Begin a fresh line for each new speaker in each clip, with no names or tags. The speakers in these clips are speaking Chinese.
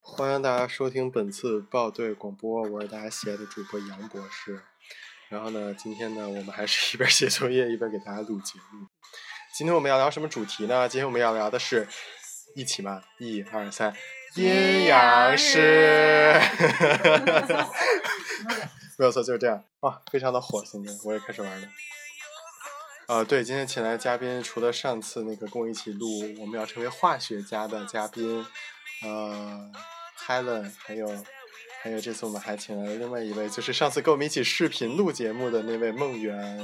欢迎大家收听本次报队广播，我是大家喜爱的主播杨博士。然后呢，今天呢，我们还是 一边写作业一边给大家录节目。今天我们要聊什么主题呢？今天我们要聊的是，一起嘛，一二三，阴阳师。 没有错，就是这样啊，非常的火，现在我也开始玩了。呃，对，今天请来的嘉宾，除了上次那个跟我一起录《我们要成为化学家》的嘉宾，呃，Helen，还有还有这次我们还请来了另外一位，就是上次跟我们一起视频录节目的那位梦圆。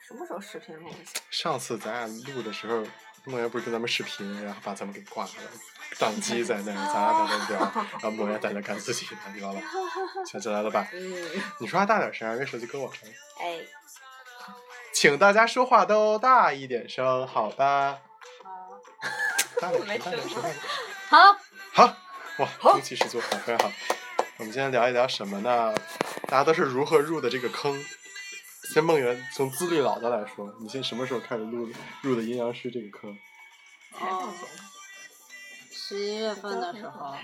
什么时候视频录一下？
上次咱俩录的时候，梦圆不是跟咱们视频，然后把咱们给挂了，宕机在那儿，咱俩在那边儿，然后梦圆在那干自己的，你知道吧？想起来了吧？
嗯，
你说话大点声，别手机搁我上。
哎，
请大家说话都大一点声，好吧？大点声，大点声，大点声。
好，
好，哇，中气十足，好，非常好。我们今天聊一聊什么呢？大家都是如何入的这个坑？先梦圆，从资历老的来说，你先什么时候开始入入的阴阳师这个坑？
哦
十一月份的时候，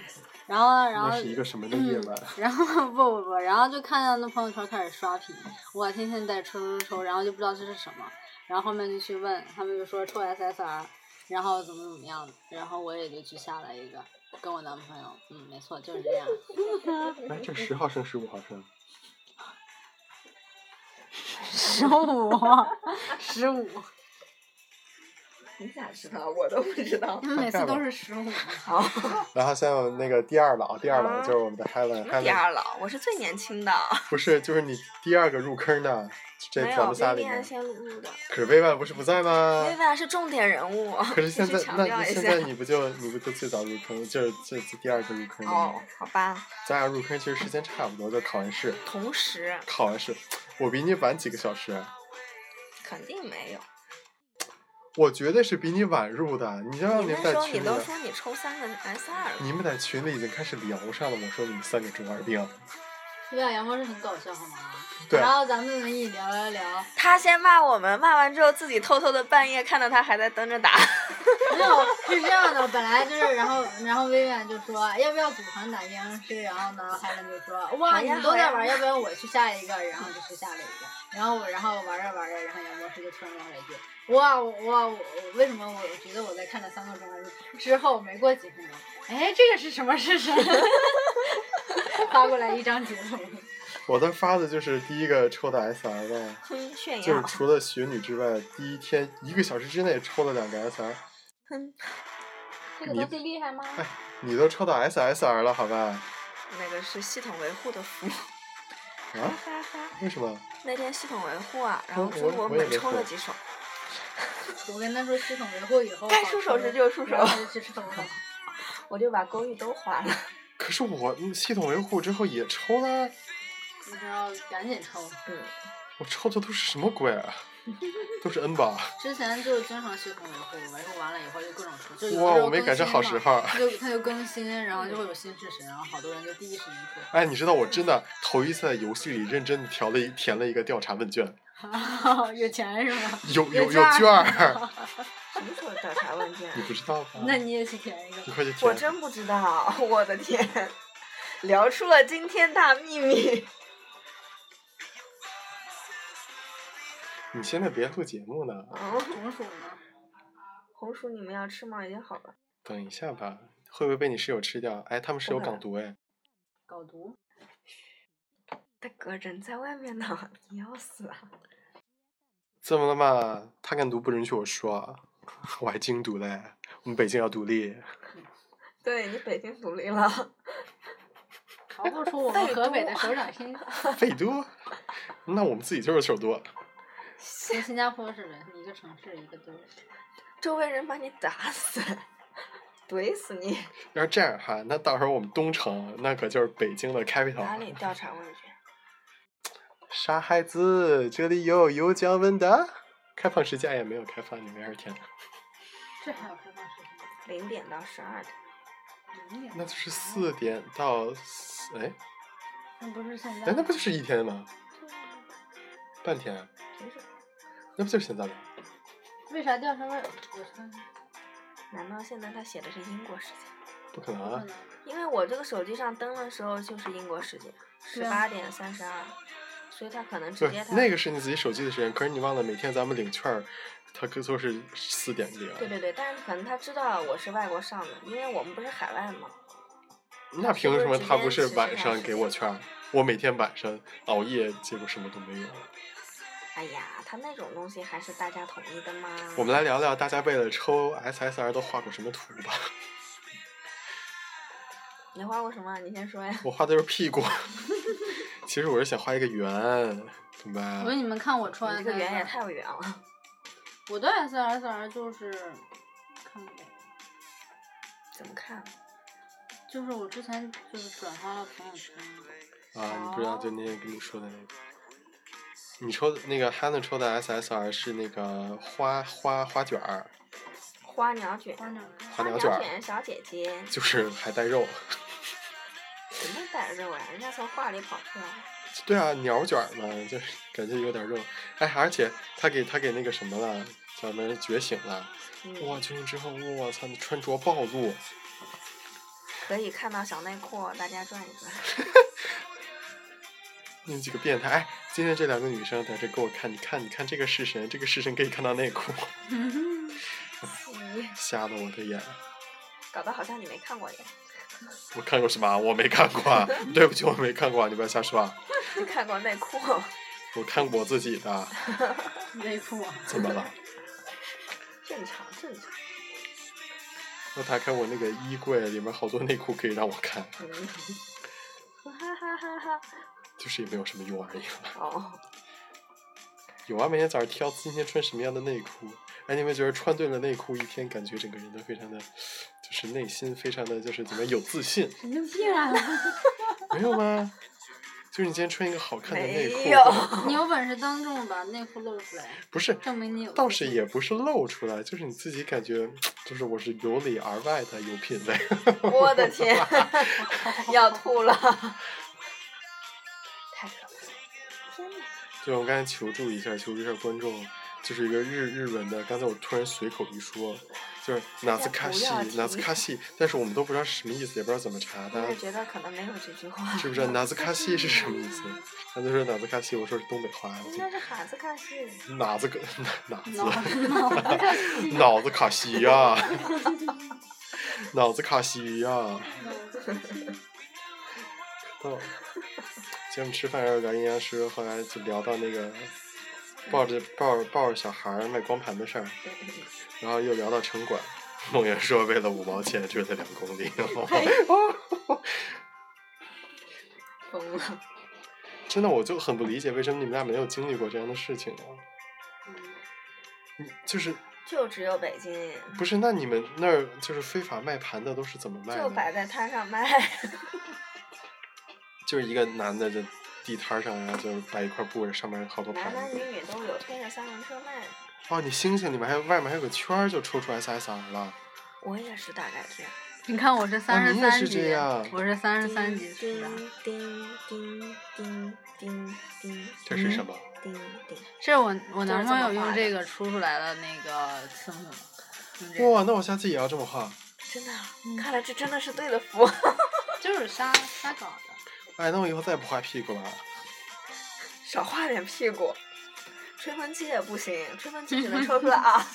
然后呢，然后
那是一 个什么的夜晚？
然后不不不，然后就看到那朋友圈开始刷屏，我天天在抽抽抽，然后就不知道这是什么，然后后面就去问，他们就说抽 SSR，然后怎么怎么样，然后我也就去下了一个，跟我男朋友，嗯，没错，就是这样。
嗯
哎，这十号声、十五号声，
十五，啊十 五，
你咋知道？我都不知道。
每次都是十五。
好，
然后现在我们那个第二老，第二老嗯就是我们的 Helen，Helen
第二老，我是最年轻的。
不是，就是你第二个入坑的，这
没
咱
有，
们仨
薇
里
薇安
面。嗯
先录的，
可是薇薇不是不在吗
薇？薇安是重点人物。
可是现在
必须，强
那
调
你
一
现
下
在你不就你不就最早入坑，就是这这第二个入坑的吗
哦？，好吧，
咱俩入坑其实时间差不多，就考完试，
同时
考完试，我比你晚几个小时，
肯定没有。
我绝对是比你晚入的。你知道
你
们
那
在
时候
群
你
里
都
的，
说你抽三
嗯
个 S 二了，
你们在群里已经开始聊上了。我说你们三个中二病，
对啊，杨博士很搞笑，好吗？
对
然后咱们一聊聊聊，
他先骂我们，骂完之后自己偷偷的半夜看到他还在蹬着打。
没有，是这样的，本来就是，然后然后薇薇就说哎要不要组团打阴阳师，然后呢，海伦就说哇，
好
你
呀
们都在
好
玩，
呀
要不要我去下一个？然后就去下了一个，然后我然后玩着玩着，然后杨博士就突然冒了一句，哇我哇我我为什么我觉得我在看了三个中文之后，没过几分钟，哎，这个是什么是什么？ 发过来一张截图，
我的发的就是第一个抽的 SR 呗。
哼，炫
就是
耀。
除了雪女之外，第一天一个小时之内抽了两个 SR，
哼，
这
个东
西厉害吗？
你都抽到 SSR 了，好吧？
那个是系统维护的服务。
啊？为什么？
那天系统维护啊，然
我
后说
我我也
猛
没
抽
抽
了几手，
我跟他说系统维护以后
该
好
出手时
抽
就出手
然后就去抽 了。
我就把公寓都花了。
可是我嗯系统维护之后也抽了，
你知道，赶紧抽。
嗯，
我抽的都是什么鬼啊？都是 N 吧？
之前就是经常系统维护，维护完了以后就各种出，就有
哇，
的时候
我没赶上好
更新
时
嘛。
候。
它就它就更新，然后就会有新知识，然后好多人就第一时间
哎，你知道我真的头一次在游戏里认真的调了一填了一个调查问卷，
出。 有钱是吗？
有有有
有卷儿
卷 儿，
什么时候调查问卷啊
你不知道吧？
那你也去填一个
你。快去
我
填。
真不知道， 我的天，聊出了惊天大秘密。
你现在别录节目呢，
嗯，
红薯呢？
红薯你们要吃吗？已经好了。
等一下吧，会不会被你室友吃掉？哎，他们室友
不会
港毒哎，
搞毒。
大哥人在外面呢，你要死啊！
怎么了嘛？他敢毒不允许我说 啊，我还精读嘞。我们北京要独立，
对你北京独立了，
逃不出我们
废
河北的
都
手掌心，
废都，那我们自己就是首都。
跟新加坡似的，一个城市一个都。
周围人把你打死，怼死你。
要是这样哈，那到时候我们东城那可就是北京的
哪
capital
里
了。
调查问卷？
傻孩子，这里有有奖问答，开放时间也哎没有开放，你没二天，
这还有开放时间？
零点到十二点。
零点
那就是四点到四，哎，
那不是现在
哎
吗？，
那不就是一天吗？半天啊，
凭什么？
那不就是现在吗？
为啥调查问？我看看。
难道现在他写的是英国时间？
不可能
不
啊
嗯
可！能。
因为我这个手机上登的时候就是英国时间，十
对啊
八点三十二，所以他可能
不
直
是
接他
那个是你自己手机的时间，可是你忘了每天咱们领券儿，它可说是四点零。
对对对，但是可能他知道我是外国上的，因为我们不是海外嘛。
那凭什么他不是晚上给我
是
券儿？我每天晚上熬夜，结果什么都没有。
哎呀，他那种东西还是大家统一的嘛。
我们来聊聊大家为了抽 SSR 都画过什么图吧。
你画过什么？你先 说呀。
我画的就是屁股，其实我是想画一个圆，懂吧
我？给你们看我抽
你这个
S
圆也
R，
太远了。
我的 S S R 就是，看看呗
怎么看？
就是我之前就是转发了朋友圈，
啊，你不知道，就那天跟你说的那个。你抽的那个哈娜抽的 SSR 是那个花花花卷儿，
花鸟卷，
花鸟
花鸟卷
卷
儿
小姐姐，
就是还带肉。
什么带肉啊？人家从画里跑出来。
对啊，鸟卷儿嘛，就是感觉有点肉。哎，而且他给他给那个什么了，叫什么觉醒了。
嗯，
哇，觉醒之后，我操，你穿着暴露。
可以看到小内裤，大家转一转。
你们几个变态！哎，今天这两个女生在这给我看，你看，你看这个式神，这个式神可以看到内裤， 瞎了我的眼。
搞得好像你没看过一样。
我看过什么？我没看过 啊，对不起，我没看过啊，你不要瞎说啊。
你看过内裤？
我看过我自己的，
内裤啊，
怎么了？
正常正常。
我打开我那个衣柜，里面好多内裤可以让我看，
嗯， 哈哈哈哈。
就是也没有什么用而已了。
哦，
有啊，每天早上挑今天穿什么样的内裤。哎，你有没有觉得穿对了内裤，一天感觉整个人都非常的，就是内心非常的就是怎么样有自信？
神经病啊！
没有吗？就是你今天穿一个好看的内裤，
没有。
你有本事当众把内裤露出来，
不是，
证明你有。
倒是也不是露出来，就是你自己感觉，就是我是由里而外的有品味。
我的 天，要吐了！ 太可怕了！天哪！
就我刚才求助一下，求助一下观众，就是一个日日文的。刚才我突然随口一说，就是哪次卡西
不要提
哪次卡 西，但是我们都不知道是什么意思，也不知道怎么查，大
我也
家
觉得可能没有这句话，
知不知道哪次卡西是什么意思？他就说哪次卡西，我说是东北话，
应该是哈子看 戏。
就哪 子个哪
脑
子
脑 袋看
脑子卡西呀，脑子卡西呀。
脑子看戏
哦，今天我们吃饭时候聊营养师，后来就聊到那个抱着抱着抱着小孩儿卖光盘的事儿，然后又聊到城管。梦圆说为了五毛钱追了两公里，
疯了！
真的我就很不理解为什么你们俩没有经历过这样的事情啊？
嗯
你就是
就只有北京，
不是？那你们那儿就是非法卖盘的都是怎么卖
就
的？
摆在摊上卖。
就是一个男的就地摊儿上，然后就摆一块布，上面好多
男
盘
男
子
女。女都有，推着三轮车卖的。
哦，你星星里面还有外面还有个圈儿，就抽出 SSR 了。
我也是大概这样。
你看我是三
哦你也
十三
是这
级
样，
我是三十三级，是吧？
叮叮叮叮叮叮。
这是什么？
叮叮。
这是我我
这
男
是怎
朋
么
友
画
用
的
这个出出来的那个字幕，用这个
哇，那我下次也要这么画。
真的啊，
嗯
看来这真的是对的福。
就是瞎瞎搞的。
哎，那我以后再也不画屁股了。 啊
少画点屁股。吹风机也不行，吹风机只能抽出来 啊。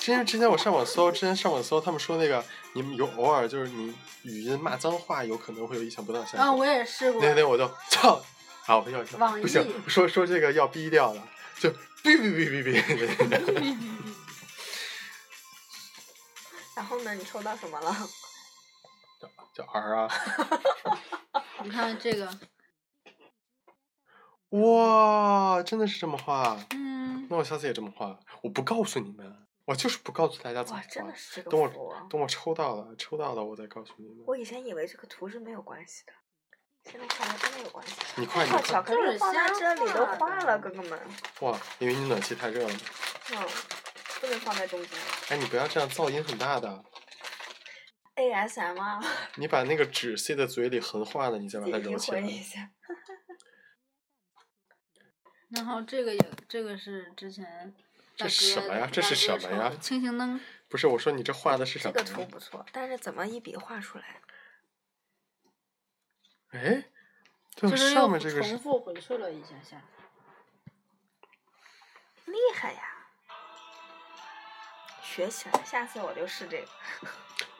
之前之前我上网搜，之前上网搜，他们说那个你们有偶尔就是你语音骂脏话，有可能会有意想不到的效
啊，
果。
我也试过
那。天我就操，好，不行
网易
不行，说说这个要逼掉了，就哔哔哔哔哔。
然后呢，你抽到什么了？
就儿啊，
你看这个，
哇，真的是这么画。
嗯，
那我下次也这么画，我不告诉你们，我就是不告诉大家怎么
哇，真
画
的。是这
等
个
我
福啊！
等我抽到了，抽到了我再告诉你们。
我以前以为这个图是没有关系的，哎现在看来真的有关系。
你快，你
靠，巧
快！
克力放在这里都化
就是瞎画的
了，哥哥们，
哇，因为你暖气太热了嘛。
嗯，不能放在中间。
哎，你不要这样，噪音很大的。
ASM r
你把那个纸塞在嘴里横化了，你再把
自
它
己
揉
体
起来
会。一下。
然后这个也这个是之前
这什么呀？这是什么呀？
清醒灯，
不是，我说你这画的是
这
什
个
么
图
呀？
不错，但是怎么一笔画出来？
哎，
就
对，
是
上
又
面这个
重
是
复回溯了一下下。
厉害呀！学起来，下次我就试这个。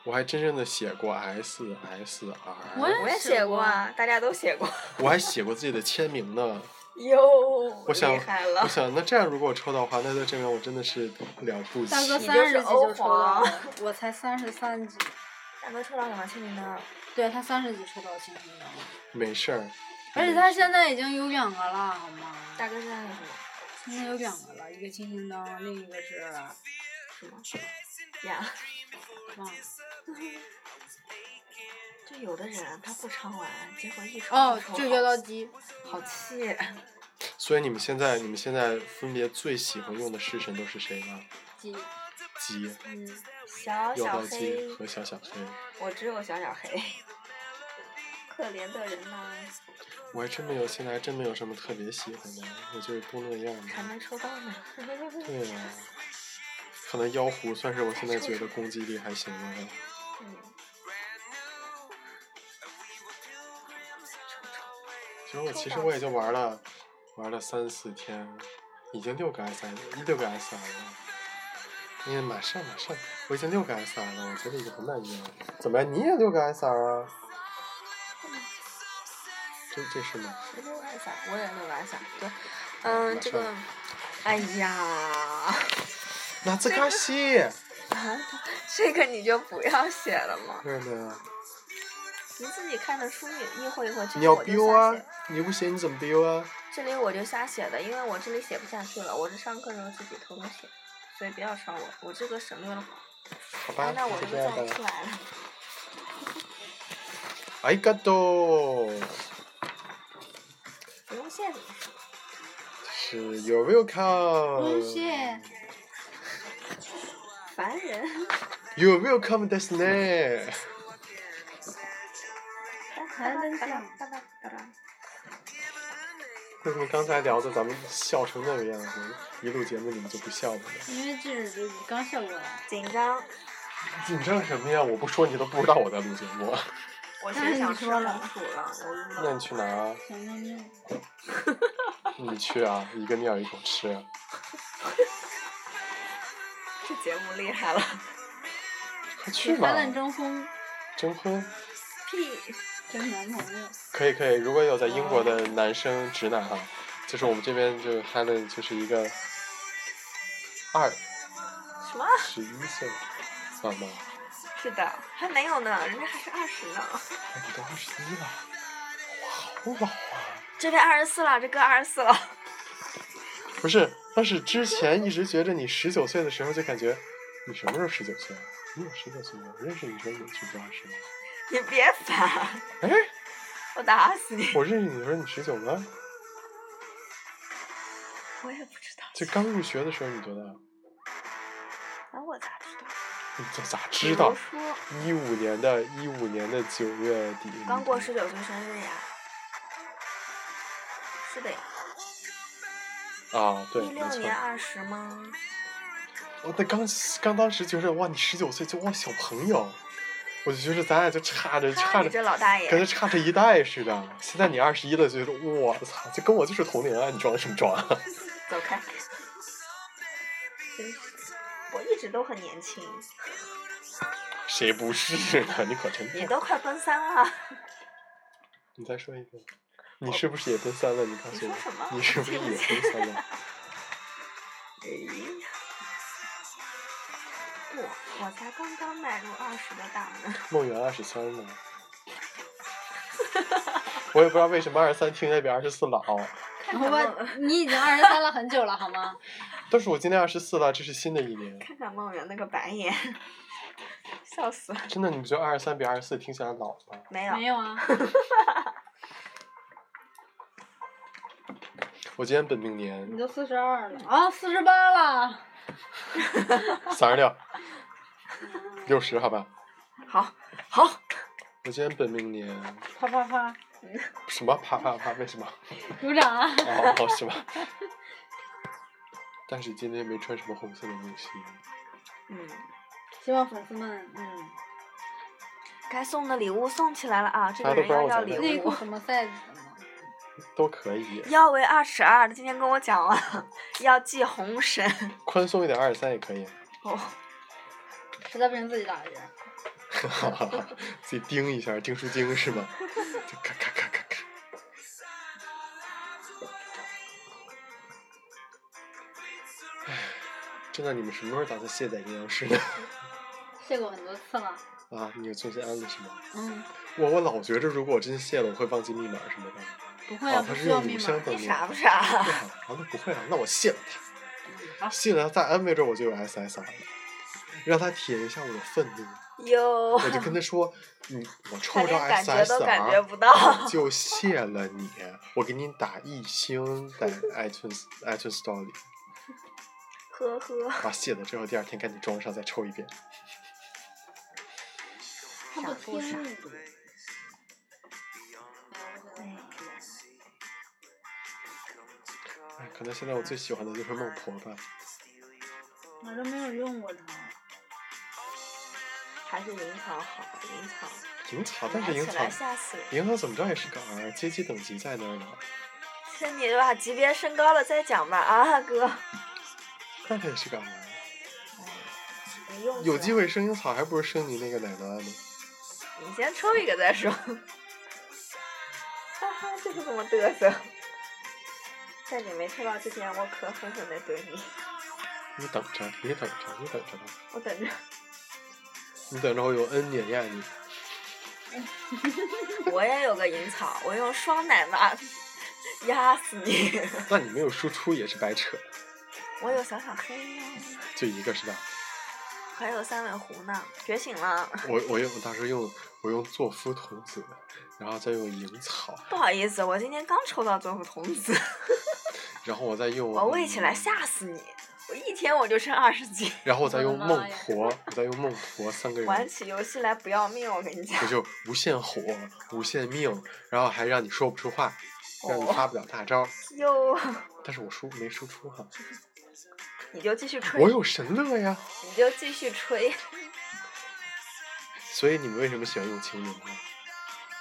我还真正的写过 S S
我
R，
也
我也
写
写
过
过啊，大家都写过。
我还写过自己的签名呢。
哟，
我想
厉害，
我
了！
想，那这样如果我抽到的话，那就证明我真的是了不起。
大哥
你
三
就
十
是
级
欧
就抽到
皇
了，啊 我才三十三级。
大哥抽到什么幸运呢？
对他三十级抽到清醒灯了，
没事儿，嗯
而且他现在已经有两个了，好吗？
大哥现在有什么？
现在有两个了，一个清醒灯，另一个是
什么？呀，
忘了。
就有的人他不唱完，结果一抽
哦
一抽，
就
好
妖刀姬。
好气。
所以你们现在，你们现在分别最喜欢用的式神都是谁呢？
鸡，
鸡、
嗯，
小
妖
小
刀
黑
鸡，和小小黑。
我只有小小黑。可怜的人呐、
我还真没有，现在还真没有什么特别喜欢的，我就是都那样
还
吧。
没抽到呢。
对 啊，可能妖狐算是我现在觉得攻击力还行的了。
嗯，
其实我其实我也就玩了玩了三四天，已经六个 S R 六个 S R 了。哎呀，马上马上，我已经六个 S R 了，我觉得已经很满意了。怎么样，你也六个 S R 啊？这这是吗？
十六万伞，嗯我也六万伞。对，
嗯
嗯，这个
马，
哎呀。
那这个西？
啊，这个你就不要写了嘛，
为什么呀？
你自己看着书你你会一会，这
你
里
要
我就
丢
瞎
啊
写，！
你不写你怎么丢啊？
这里我就瞎写的，因为我这里写不下去了，我是上课时候自己偷偷写，所以不要抄我，我这个省略了。
好吧，，
哎那我
就
就
这样
造不
吧
出。来了。
哎，嘎多，
不用谢你，
是 You're welcome。
不谢。
烦人。
You're welcome ですね。
烦人哒 啦哒啦哒啦。
为什么刚才聊的咱们笑成那个样子？一录节目你们就不笑了呢？
因为这是你刚笑过来，
紧张，
紧张什么呀？我不说你都不知道我在录节目。啊
我
但是
是
你
想吃
说
红
了
薯了，我晕
那
了。
你去哪儿啊？
小妞妞。
你去啊，一个尿一口吃。啊
这节目厉害了，
快去
给
吧
他。们征婚，
征婚
屁！
征男朋 友。
可以可以，如果有在英国的男生直男啊，就是我们这边就 Helen 就是一个二
什么？
十一岁，算吗？
是的，还没有呢，人家还是二十呢。
哎，你都二十一了，我好老啊！
这边二十四了，这哥二十四了。
不是，但是之前一直觉着你十九岁的时候就感觉，你什么时候十九岁啊？你有十九岁吗？我认识你的时候你是不是二十吗？
你别烦，
哎，
我打死你！
我认识你的时候你十九吗？
我也不知道，
就刚入学的时候你多大？
那我咋知道？
你这咋知道
比？如说
一五年的，一五年的九月底。
刚过十九岁生日呀。是的呀。
啊，对，
一
没
六
错。
年二十吗？
我那刚刚当时觉着哇，你十九岁就哇小朋友，我就觉得咱俩就差着
哈，
差
你
着，
这老大
跟这！
爷
差着一代似的。现在你二十一了，就觉得我操，就跟我就是同龄啊！你装什么装啊？
走开。真是我一直都很年轻，
谁不是呢？你可真
你
棒！
都快奔三了。
你再说一遍，你是不是也奔三了？你告
你
诉
说
我
什么，
你是不是也
听不
奔三 了？
哎我我才刚刚迈入二十的大 门。
梦圆二十三呢？我也不知道为什么二十三听起来比二十四老，
看看梦，
我，你已经二十三了很久了，好吗？
但是我今年二十四了，这是新的一年。
看看梦圆那个白眼，笑死了。
真的，你不觉得二十三比二十四听起来老吗？
没有
没，有 啊，
我今年本命年
你都四十二了啊，四十八了。
三十六，六十好吧。
好，好，
我今天本命年
啪啪啪，
什么啪啪啪？为什么？
鼓掌啊！
哦，是吧？ 但是今天没穿什么红色的东西。
嗯，
希望粉丝们，嗯，
该送的礼物送起来了啊！这
大
个
家都不
人
知道我在
要要
哪
礼
儿
内
物
裤，什么 size 的呢？
都可以，
腰围二尺二的，今天跟我讲了，要系红绳。
宽松一点，二十三也可以，
哦，
实在不行自己打一折。
自己钉一下，钉出钉是吗？就咔咔咔咔咔。唉，真的，你们什么时候打算卸载阴阳师呢？
卸过很多次了，
啊，你有重新安了是吗？
嗯，
我我老觉着，如果我真卸了，我会忘记密码什么的。
不会啊，
哦它
不
是
需要
用
密
五
码
香
的。
粉
你傻不傻？
对啊，啊那不会啊，那我卸了它，
好，
卸了它再安，没准我就有 SSR 了，让他体验一下我的愤怒。
哟，
我就跟他说，嗯，我抽
他
不着
连感觉都感觉
SSR，
不到。
我就谢了你，我给你打一星在 iTunes iTunes Store 里，
呵呵，
把卸了之后，第二天赶紧装上再抽一遍。
他不
傻不傻
听
哎
你。
哎，可能现在我最喜欢的就是孟婆吧，
我都没有用过它，
还是银草好，银草。
银草，但是
买
银
起
草
来，吓死人！
银草怎么着也是个 R，阶级等级在那儿呢。
先你把级别升高了再讲吧啊，哥。
但它也是个
嗯
R，
你用
有
起
机
来，
会生银草还不如生你那个奶妈呢。
你先抽一个再说。哈哈，这是怎么嘚瑟？在你没抽到之前，我可狠狠的怼你，
你等着，你等着，你等着吧，
我等着，
你等着我有恩碾压你。
我也有个银草，我用双奶妈压死 你，
那你没有输出也是白扯，
我有小小黑呢，
就一个是吧？
还有三尾狐呢，觉醒了，
我我用我当时用我用作夫童子，然后再用银草，
不好意思，我今天刚抽到作夫童子，
然后我再用
我喂起来
嗯
吓死你，我一天我就升二十级，
然后我再用
我的妈
孟
呀
婆，我再用孟婆三个
玩
人，
起游戏来不要命，我跟你讲
我，就无限火、无限命，然后还让你说不出话，让
哦
你发不了大招，
哟，
但是我输没输出哈、
你就继续吹
我，有神乐呀，
你就继续吹。
所以你们为什么喜欢用青啊龙呢？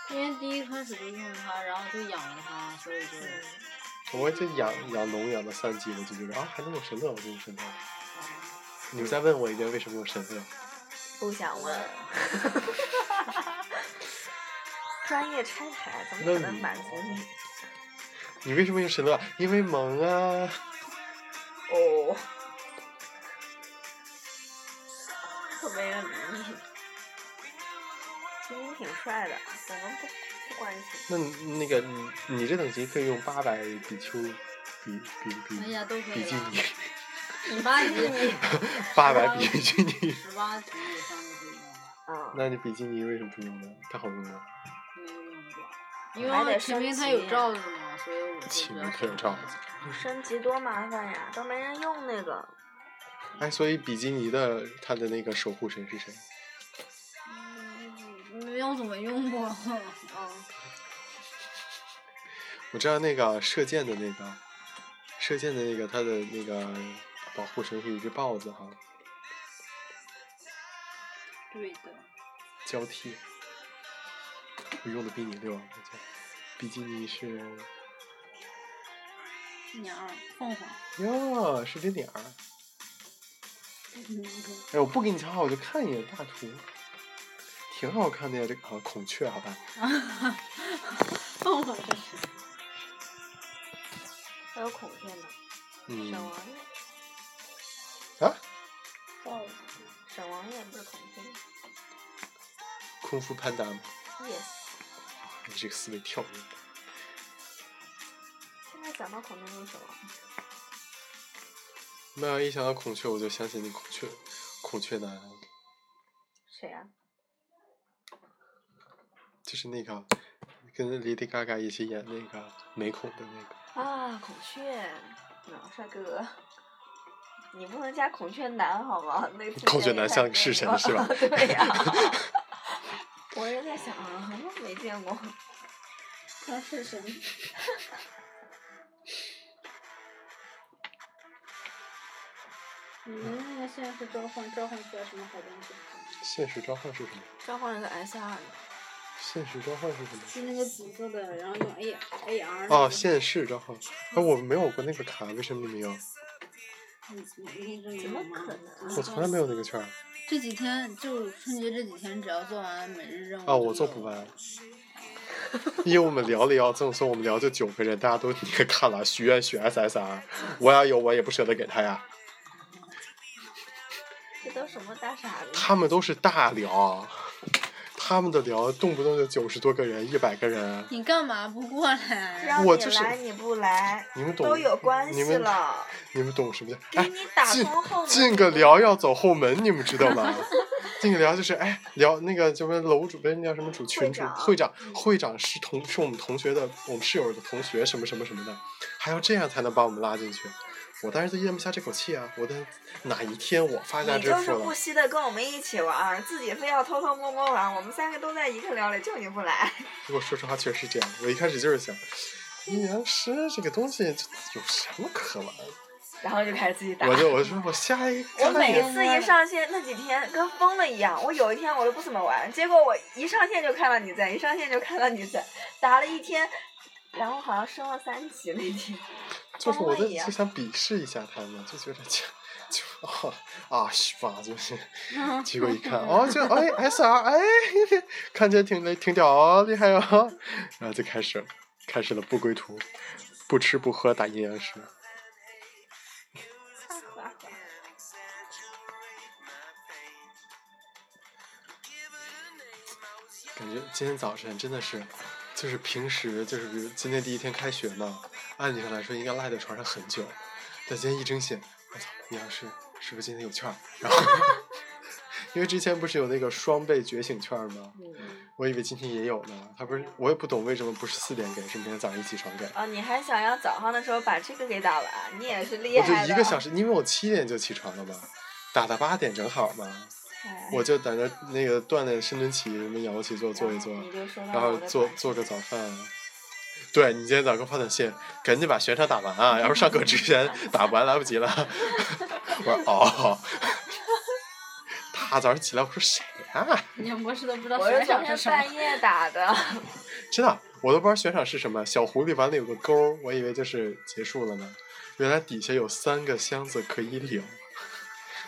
因为第一开始就用它，然后就养了它，所以就
我这养养龙养了三级，我就觉得啊还能有神乐，我就用神乐。你们再问我一遍为什么用神乐？
不想问。 专业拆台怎么可
那
能
你哦
满足你？
你为什么用神乐？因为萌啊！
哦，特没人理你。今天挺帅的，我们不不关心。
那你那个你你这等级可以用八百比丘比比
哎
比
呀都可
比
以
基
了。
尼，
十八级，
八百比基尼。
十八级以上就不用了，
嗯，
那你比基尼为什么不用呢？太好用了，
没有用过。
我还
因
得
为前面它
升级
有罩子嘛，所以我就
起
觉
名
得
可有罩子。
升级多麻烦呀，都没人用那个。
哎，所以比基尼的他的那个守护神是谁？
嗯，没有怎么用过。嗯，
我知道那个射箭的那个，射箭的那个他的那个保护神是一只豹子哈，
对的。
交替。我用的比你溜啊，我操！比基尼是
鸟儿，凤凰。
哟，是只鸟儿。 哎，我不给你讲好，我就看一眼大图，挺好看的呀，这个啊孔雀，好吧？
凤凰是谁？
还有孔雀呢，
嗯
沈王爷，
啊，
沈王爷不是孔雀吗
空腹潘达吗？
？Yes，
你这个思维跳跃的。
现在讲到孔雀就是沈王。
没有，一想到孔雀，我就想起那孔雀，孔雀男，
谁啊？
就是那个跟 Lady Gaga 一起演那个美孔的那个。
啊，孔雀，啊，帅哥，你不能加孔雀男好吗？那个之
孔
前
雀
也
男
在
像
那
是
个
神是吧
对 呀、我也在想，啊，没见过，
他是 神，你们嗯那个现实召唤召唤出来什么好东西？
现实召唤是什么？
召唤了个 S 二，
现实召唤是什么？
是那个紫色的，然后用 A A R
哦，现世召唤。哎、我没有过那个卡，为什么你们有？
你你你
怎么可能
我从来没有那个券儿
啊这几天就春节这几天，只要做完每日任务
啊，
就
我做
有
不完。 因为我们聊了聊，这么说我们聊就九个人，大家都那个看了，许愿许 SSR，我要有我也不舍得给他呀。
这都什么大傻子？
他们都是大聊，他们的聊动不动就九十多个人、一百个人，
你干嘛不过来？
啊
让
我
你
就是
来你不来，
你们懂
都有关系
你们
了。
你们懂什么叫？
给
哎，
你打
进
通后门。
进个聊要走后门，你们知道 吗？进个聊就是哎，聊那个什么楼主，不是那叫什么主群主会
会嗯
长，会长是同是我们同学的，我们室友的同学，什么什么什么的，还要这样才能把我们拉进去。我当时就咽不下这口气啊！我的哪一天我发家
你
致
就是
富
不
了？
惜的跟我们一起玩儿，自己非要偷偷摸摸玩儿。我们三个都在一个聊里，就你不来。
我说实话，确实是这样。我一开始就是想，阴阳师这个东西这有什么可玩？
然后就开始自己打。
我就我说我下一
哎我
下
每
一
次一上线那几天跟疯了一样，我有一天我都不怎么玩，结果我一上线就看到你在，一上线就看到你在，打了一天，然后好像升了三级那天。
就是我
疯
在
了一样
就想鄙视一下他们，就觉得就就哦啊是吧？就是结果一看哦，这哎 S R 哎， 看起来挺雷挺屌哦，厉害哦， 然后就开始开始了不归途，不吃不喝打阴阳师。感觉今天早晨真的是，就是平时就是比如今天第一天开学嘛，按理上来说应该赖在床上很久，但今天一睁醒，我操，阴阳师是不是今天有券儿？ 然后，因为之前不是有那个双倍觉醒券儿吗？我以为今天也有呢，他不是我也不懂为什么不是四点给，是明天早上一起床给。
哦，你还想要早上的时候把这个给打完，你也是厉
我
害的。
就哦一个小
时。
时，因为我七点就起床了嘛，打到八点正好嘛，
哎
我就在那那个锻炼深蹲旗、什么仰卧起坐做一做，
你就收到
然
了
后
嗯我的
做
短信
做个早饭。啊对你今天早上发短信，赶紧把悬赏打完啊，要不上课之 前打不完来不及了。我说哦， 大早上起来我说谁啊呀、
你们博士都不知道
我是
悬
昨天
赏是什么。
半夜打的，
真的，我都不知道悬赏是什么。小狐狸碗里有个钩儿，我以为就是结束了呢，原来底下有三个箱子可以领，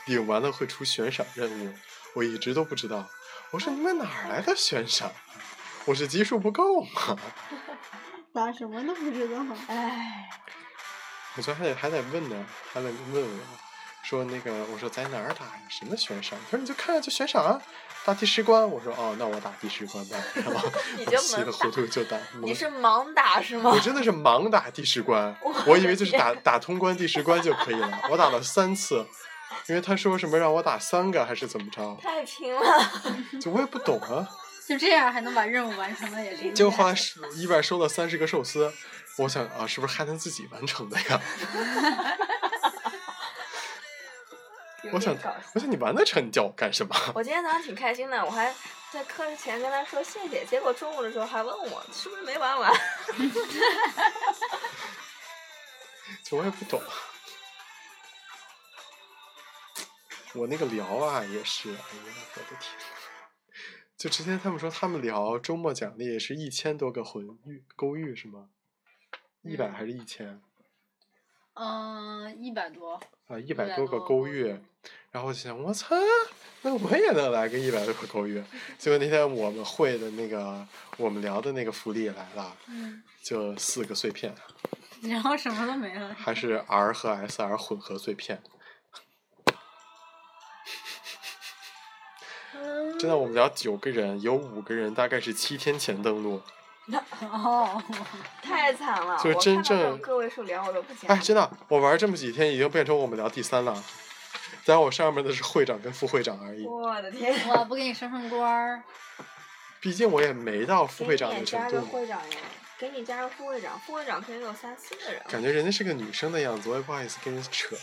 领完了会出悬赏任务，我一直都不知道。我说你们哪儿来的悬赏？啊我是基数不够吗？
打什么都不知道。
唉，
我昨天还得还得问呢，还得问我，说那个我说在哪儿打呀？什么悬赏？他说你就看着就悬赏啊，打第十关。我说哦，那我打第十关吧。然后
你
我
就
稀里
猛
糊
打，
涂就打。
你
猛
是盲打是吗
我？真的是盲打第十关，我以为就是打打通关第十关就可以了，我打了三次，因为他说什么让我打三个还是怎么着，
太拼了，
就我也不懂啊。
就这样还能把任务完成了，也是一
结果
件
后来是意外收到三十个寿司，我想啊，是不是还能自己完成的呀？我想
有点搞笑。
我想你完得成，你叫我干什么？
我今天早上挺开心的，我还在课之前跟他说谢谢，结果中午的时候还问我是不是没玩完。
就我也不懂。我那个聊啊，也是，哎呀，我的天！就之前他们说他们聊周末奖励是一千多个魂玉勾玉是吗？一百还是一千？
嗯，一百多，
啊，一百
100
多个
多
勾
勾玉
玉。然后我就想，我操，那我也能来个一百多个勾玉。结果那天我们会的那个，我们聊的那个福利来了，
嗯，
就四个碎片，
然后什么都没了。
还是 R 和 SR 混合碎片。真的，我们聊九个人，有五个人大概是七天前登录。
哦，
太惨了！
就是真
我看到这
正
种个位数聊我都不想。
哎，真的，我玩这么几天已经变成我们聊第三了，在我上面的是会长跟副会长而已。
我的天！
我不给你升升官儿，
毕竟我也没到副会长
给
那
你
个
也加
程
个
度，
会长呀，给你加个副会长，副会长可以有三四个人。
感觉人家是个女生的样子，我也不好意思跟人扯。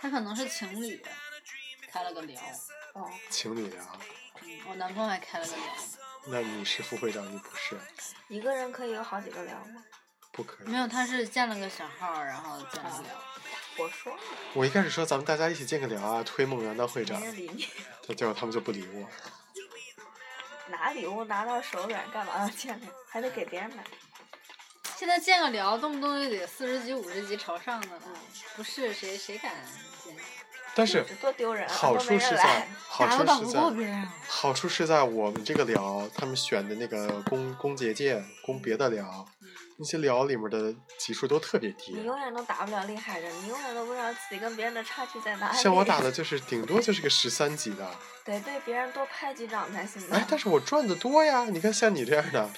他可能是情侣的，开了个聊。
哦，
情侣聊，
嗯，我男朋友还开了个聊，
那你是副会长，你不是，
一个人可以有好几个聊吗？
不可以
没。有，他是建了个小号，然后建了个聊。
我说呢
我一开始说咱们大家一起建个聊啊，推梦圆当会长
没，人理你，
他结果他们就不理我。
拿礼物拿到手软干嘛要见面？还得给别人买。
现在建个聊，动不动就得四十级、五十级朝上的了，不是谁谁敢建？
但是
这多丢人啊！
好
都没
处是
人
在
来。，
好
打都打
处
不
是
过
在，
别人。
好处是在我们这个聊，他们选的那个宫宫结界、宫别的聊，那些聊里面的级数都特别低。
你永远都打不了厉害人，你永远都不知道自己跟别人的差距在哪里。
像我打的就是顶多就是个十三级 的，
得被别人多拍几掌才行的
哎，。但是我赚的多呀！你看像你这样的，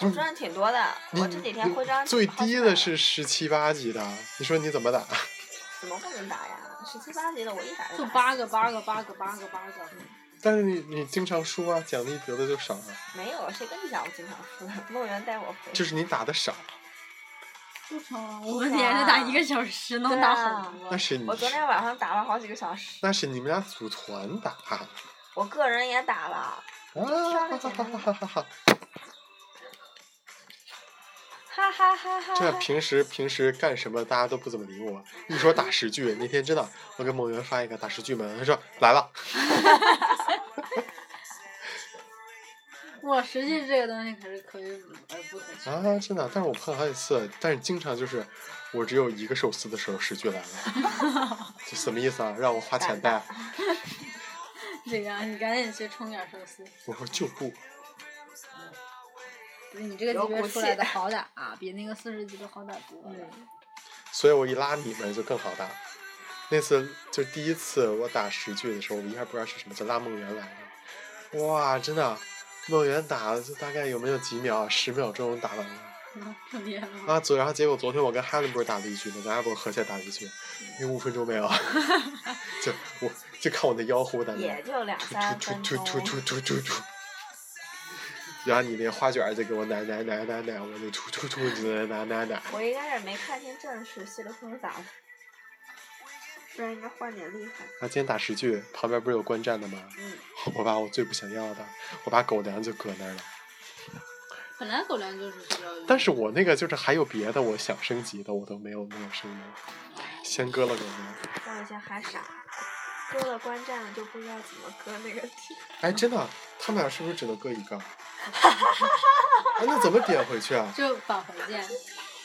我赚的挺多的，
你
我这几天徽章
你最
好几
低
百
的
了
是十七八级的，你说你怎么打？
怎么不能打呀？十七八级的我一打
就
打
八个，八个，八个，八个，八个。
但是你你经常输啊，奖励得的就少啊，
没有，谁跟你讲我经常输的？梦圆带我回。
就是你打的少，
不成，啊我们连着打一个小时，能打好多。
那是你
我昨天晚上打了好几个小时，
那是你们俩组团打啊！
我个人也打了，
哈哈哈哈哈 哈！
啊哈哈哈哈。
这平时平时干什么大家都不怎么理我，一说打十句，那天真的我给某源发一个打十句门，他说来了，
我实际这个东西可是可遇而不可求。
啊，真的，但是我碰了好几次，但是经常就是我只有一个寿司的时候，十句来了，这什么意思啊？让我花钱带？
这个，你赶紧去充点寿司。
我说就不，
不是你这个级别出来的好打、比那个四十级的好打多了。
嗯，
所以我一拉你们就更好打。那次就第一次我打十句的时候，我一下不知道是什么，就拉梦圆来了，哇，真的，梦圆打了就大概有没有几秒，十秒钟打完了。
嗯，特别好。
啊，昨然后结果昨天我跟哈伦波打了一局，我跟阿波合起来打了一局，有五分钟 没有，就我就看我的腰呼在那
也
儿，
就两三
突
分
突突突
钟。
突突突突，然后你那花卷儿就给我奶奶奶奶奶，我那突突突奶奶奶奶，
我一开始没看清阵势，稀里糊涂打的，不然应该换点厉害。
他今天打十局，旁边不是有观战的吗？
嗯，
我把我最不想要的，我把狗粮就搁那儿了。
本来狗粮就是需要用。
但是我那个就是还有别的，我想升级的我都没有没有升级，先割了狗粮。
我以前还傻，割了观战了就不知道怎么割那个地。
哎，真的，他们俩是不是只能各一 个？哎，那怎么点回去啊？
就返回键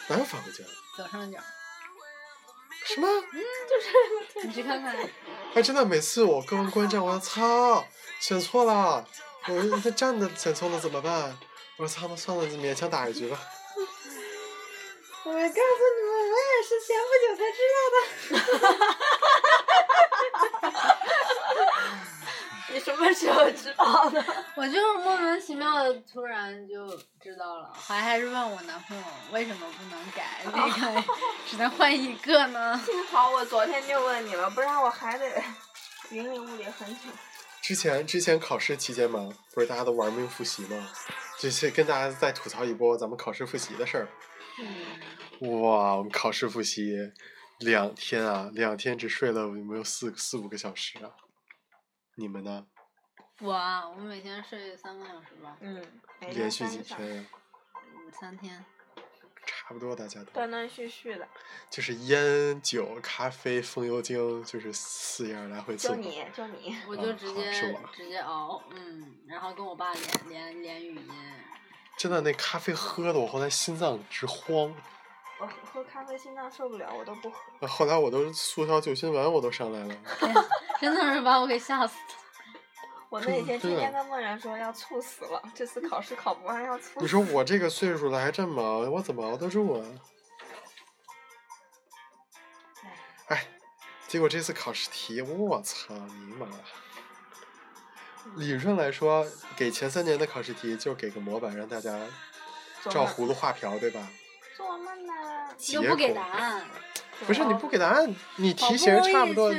哪有返回去啊？
左上角，
什么？
你去看看。
哎，真的，每次我跟完观战，我操，选错了，我这站的选错了怎么办？我说操，那算了，你勉强打一局吧。
我告诉你们，我也是前不久才知道的。
你什么时候知道的？
我就是莫名其妙的突然就知道了，还还是问我男朋友为什么不能改这个，只能换一个呢？
幸好我昨天就问你了，不然我还得 云里雾里很久。
之前之前考试期间嘛，不是大家都玩命复习吗？就是跟大家再吐槽一波咱们考试复习的事儿。哇，我们考试复习两天啊，两天只睡了有没有四四五个小时啊？你们呢？
我啊，我每天睡三个小时吧，
嗯，每
连
天
续
三
几
个小时，
天，
嗯，三天。
差不多大家都
断断续续的。
就是烟酒、咖啡、风油精，就是四样来回伺
就
候。
你就你，
我
啊
就直
好
接、
是我
直接熬，嗯，然后跟我爸连连连语 音，
真的，那咖啡喝的我后来心脏直慌，呃
我喝咖啡心脏受不了，我都不喝。
后来我都速效救心丸我都上来了。
真的是把我给吓死了。
我那几天
真的
天天跟梦然说要猝死了，这次考试考不完要猝死。
你说我这个岁数了还这么熬，我怎么熬得住啊？哎，结果这次考试题，我操你妈！
嗯
理论上来说，给前三年的考试题就给个模板，让大家
做
照
梦
葫芦画瓢，对吧？
做梦啊呢？
结
又不给
果
答案，
不
哦
是你不给答案，你
好
题
不
型
容易
差不多，
去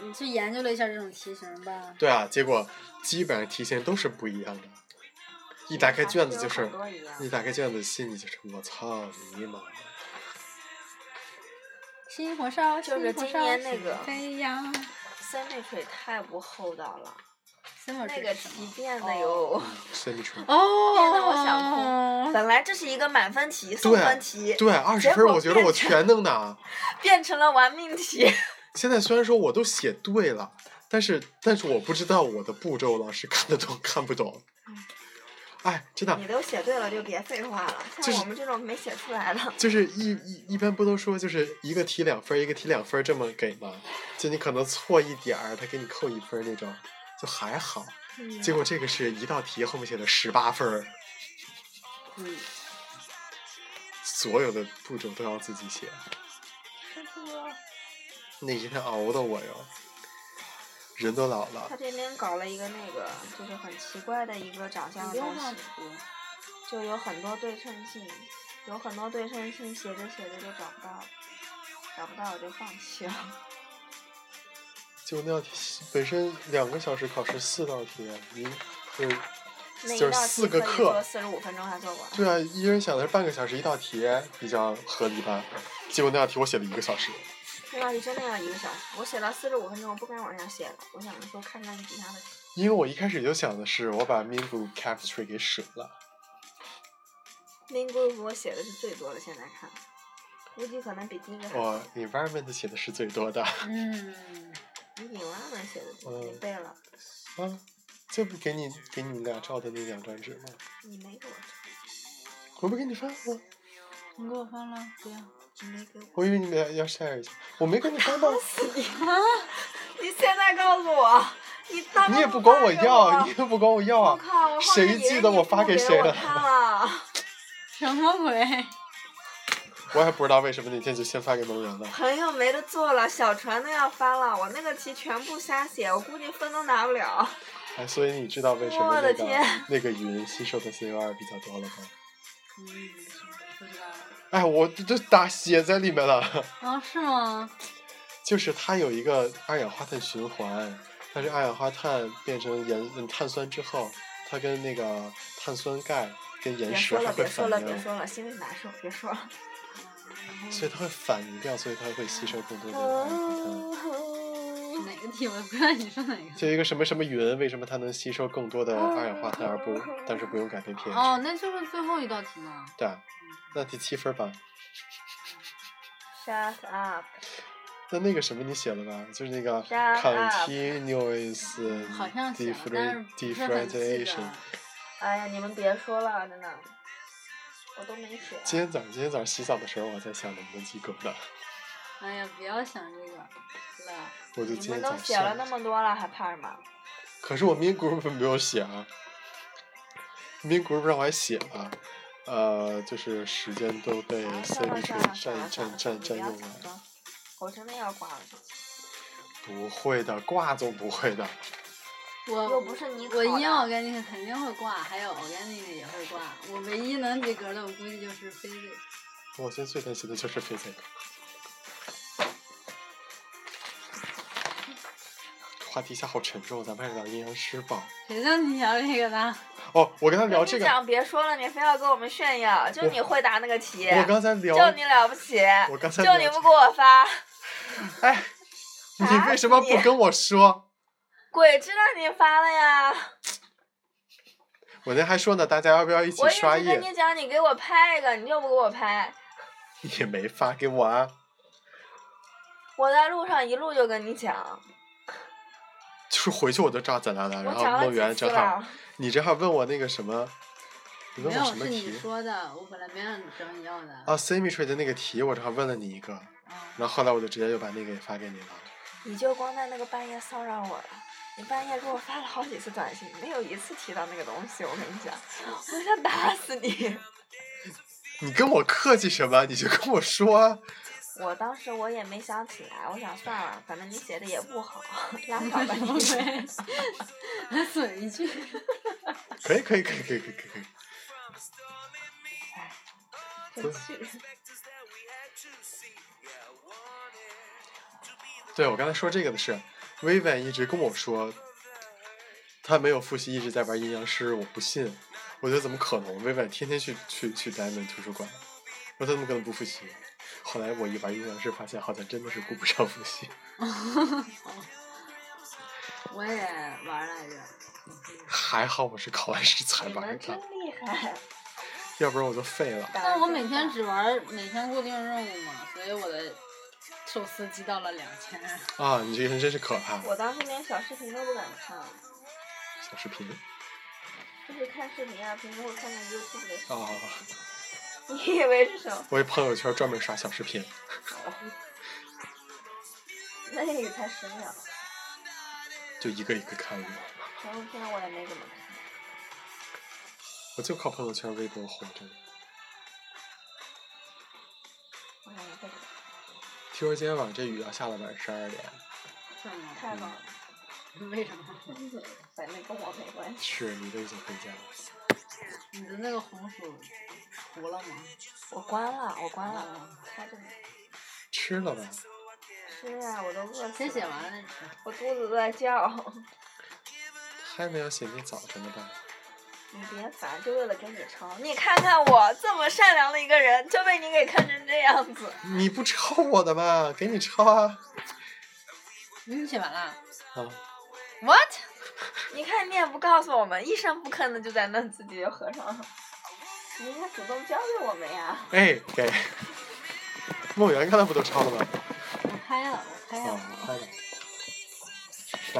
你
你去研究了一下这种题型吧，
对啊，结果基本上题型都是不一样的。一打开卷子就
还有
是
很，多一样
一打开卷子心里就是我操你妈！
心火烧，
就
心
是
火
今
烧
年那
起
个
飞扬。
三倍水太不厚道了，
summer
那
是
个
什
题
么？
变的哟。
symmetry。
哦，
变得我想本来这是一个满分题、送分题，
对，二十
结
分儿
果
我觉得
变
我
成
全能拿。
变成了玩命题。
现在虽然说我都写对了，但是但是我不知道我的步骤老师看得懂看不懂。
嗯
哎，真 的
你都写对了就别废话了，
就
像
是
我们这种没写出来 的，
就是一一一般不都说就是一个题两分儿，一个题两分儿这么给吗？就你可能错一点儿，他给你扣一分儿那种，就还好。结果这个是一道题后面写的十八分儿，
嗯，
所有的步骤都要自己写，那一天熬的我哟，人都老了
他。这边搞了一个那个，就是很奇怪的一个长相
不
的
用
东
让
西，就有很多对称性，有很多对称性，写着写着就找不到了，找不到我就放弃了。
就那道题本身两个小时考试四道题，你就是
那一
就是
道
四
题
个
可以做
课，
四十五分钟还做不完。
对啊，一人想的是半个小时一道题比较合理吧。结果那道题我写了一个小时，
那道题真的要一个小时，我写到四十五分钟，我不敢往下写了，我想说看看其他的题。
因为我一开始就想的是我把 Mingu chemistry 给舍了，
那 group 我写的是最多的，现在看，估计可能比第一个还
我 environment 写的是最多的，
嗯，
比引万文写的多。你
嗯
背了，
啊，这不给你给你们俩照的那两张纸吗？
你没给我照，
我不给你发吗？
你给我发了，不要。
你没 给我。
我以为你们俩要 share 一下，我没给你发到，
你现在告诉我，你当
你
面
也
不
不管
发
我
给
要，你也不管我要
我
啊。
靠！我后
谁
面以为
记得
你
我
不
发给谁
我
了
看了，
什么鬼？
我也不知道为什么那天就先发给萌人了。
朋友没得做了，小船都要翻了，我那个题全部瞎写，我估计分都拿不了。
哎，所以你知道为什么
我的
那个
天
那个云吸收的 CO2 比较多了吗？
嗯，不知道。
哎，我这这打血在里面了，
啊，是吗？
就是它有一个二氧化碳循环，但是二氧化碳变成盐嗯碳酸之后，它跟那个碳酸钙跟岩
别
石
说
还
了，
会
别说
反
了，别
应，
说了，心里难受，别说了。
嗯所以它会反应掉，所以它会吸收更多的二氧化
哦
碳。
是哪个题？我都不知道你说哪个。
就一个什么什么云，为什么它能吸收更多的二氧化碳而
哦
不，但是不用改变 pH？、
哦，那就是最后一道题呢。
对啊，那第七分吧。
Shut up！
那那个什么你写了吧？就是那个
Shut up 嗯
continuous
好
嗯
像写
different
了，但是不是很记得
differentiation。。
哎呀，你们别说了，真的，我都没写。
今天早上今天早上洗澡的时候，我在想能不能及格的，
哎呀，不要想这个了。
我就
你
今
们
天早
都写了那
上。
么多了，还怕什么？
可是我 min group 没有写啊，min group 让我还写了，呃，就是时间都被
啊算了
symmetry
算了算了
占占
算了算
占
了，你
占用
不要紧
了。
张，我真的要挂了。
不会的，挂总不会的。
我
又不是你
我
考
阴
的
organic 肯定会挂，还有 organic 也会挂。我唯一能及格的，我估计就是 physics。
我现在最担心的就是 physics。话题一下好沉重，咱们还是聊阴阳师吧。
谁叫你聊这个的？
哦，我跟他
我
聊
跟
这
你
个，
讲，别说了，你非要跟我们炫耀，就你会答那个题，
我刚才聊，
就你了不起，
我刚才
就你
聊
不给我发，
哎，你
打
为什么
你
不跟我说？
鬼知道你发了呀！
我那还说呢，大家要不要一起
我一
刷
直跟
夜？
你讲，你给我拍一个，你就不给我拍。
你也没发给我啊，
我在路上一路就跟你讲，
就是回去我就照咱俩的，
我
然后
讲
梦
了
圆
几次
正好，
了，
你正好问我那个什么，你
没
问我什
有，
么
是你
题？
说的，我本来没让你找你要的。
啊，symmetry 的那个题，我正好问了你一个，
啊
然后后来我就直接就把那个也发给你了。
你就光在那个半夜骚扰我了。你半夜给我发了好几次短信，没有一次提到那个东西。我跟你讲，我想打死你！
你跟我客气什么？你就跟我说啊。
我当时我也没想起来，我想算了，反正你写的也不好，拉倒吧
什
你。
么 鬼？还损一句。
可以可以可以可以可以可以可以。
真气人。
对我刚才说这个的是，Vivian 一直跟我说，他没有复习，一直在玩阴阳师，我不信，我觉得怎么可能？Vivian 天天去去去 Diamond 图书馆，我说他怎么可能不复习？后来我一玩阴阳师，发现好像真的是顾不上复习。
我也玩来着，
还好我是考完试才
你
玩
们真
的，
厉害！
要不然我就废了。
打
但我
得
每
真
天
好
只玩儿每天固定任务嘛，所以我的寿司积到了两千。
啊，你这个人真是可怕，
我当时连小视频都不敢看，
小视频
就是看视频啊，平时会看看 YouTube 的视频。
啊，
你以为是什么？
我有朋友圈专门刷小视频，
那也才十秒，
就一个一个看我，
朋友圈我也没怎么看。
我就靠朋友圈、微博活着。
我感觉这
听说今天晚上这雨要下到晚上十二点，
是吗？
太忙了，
为什么？
反正跟我没关系。
是你都已经回家了。
你的那个红薯糊了吗？
我关了，我关了，
啊，
开着呢。
吃了吧？
是啊，我都饿死了。
先写完了再吃。
我肚子都在叫。
还没有写进早晨的吧？
你别烦，就为了跟你吵。你看看我这么善良的一个人，就被你给看成这样子。
你不抄我的吧？给你抄啊！
嗯，写完了。
啊，
What？
你看你也不告诉我们，一声不吭的就在那自己就合上了。你应该主动教给我们呀。
哎，给。 梦圆刚才不都抄了吗？
我拍了，我拍
啊
了。，
快点，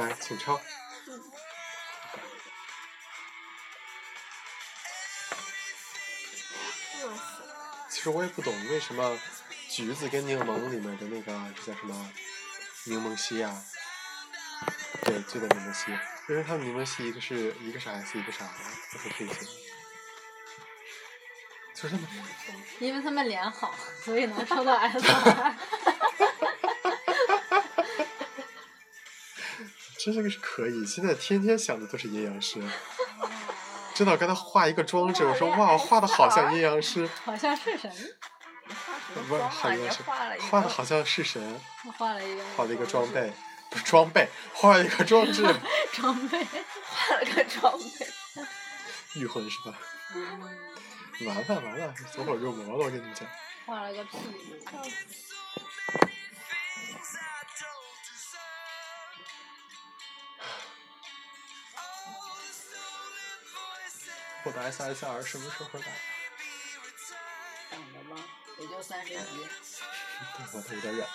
来，请抄。
饿死了。
其实我也不懂为什么橘子跟柠檬里面的那个这叫什么柠檬烯啊？对，就叫柠檬烯，因为它们柠檬烯一个是一个是 S，一个是 R，不是 P 型。就是它们
因为他们脸好， 所以能收到 S。
真是个是可以，现在天天想的都是阴阳师。真的，我刚才画一个装置，我说哇，画的好像阴阳师，
好像是神。
你画什么
不是
妆
好
啊？
阴
你
阳师，
画了一个，
画的好像是神，
我画了一个。
画了一个装。备，不是装备，画了一个装置，
装备。
画了个妆备。
御魂是吧？
嗯
完了完了，走火入魔了，我跟你们讲。
画了个屁股。嗯
我的 SSR 什么时候来？
等着吧，也就三十级。
等会儿它有点远。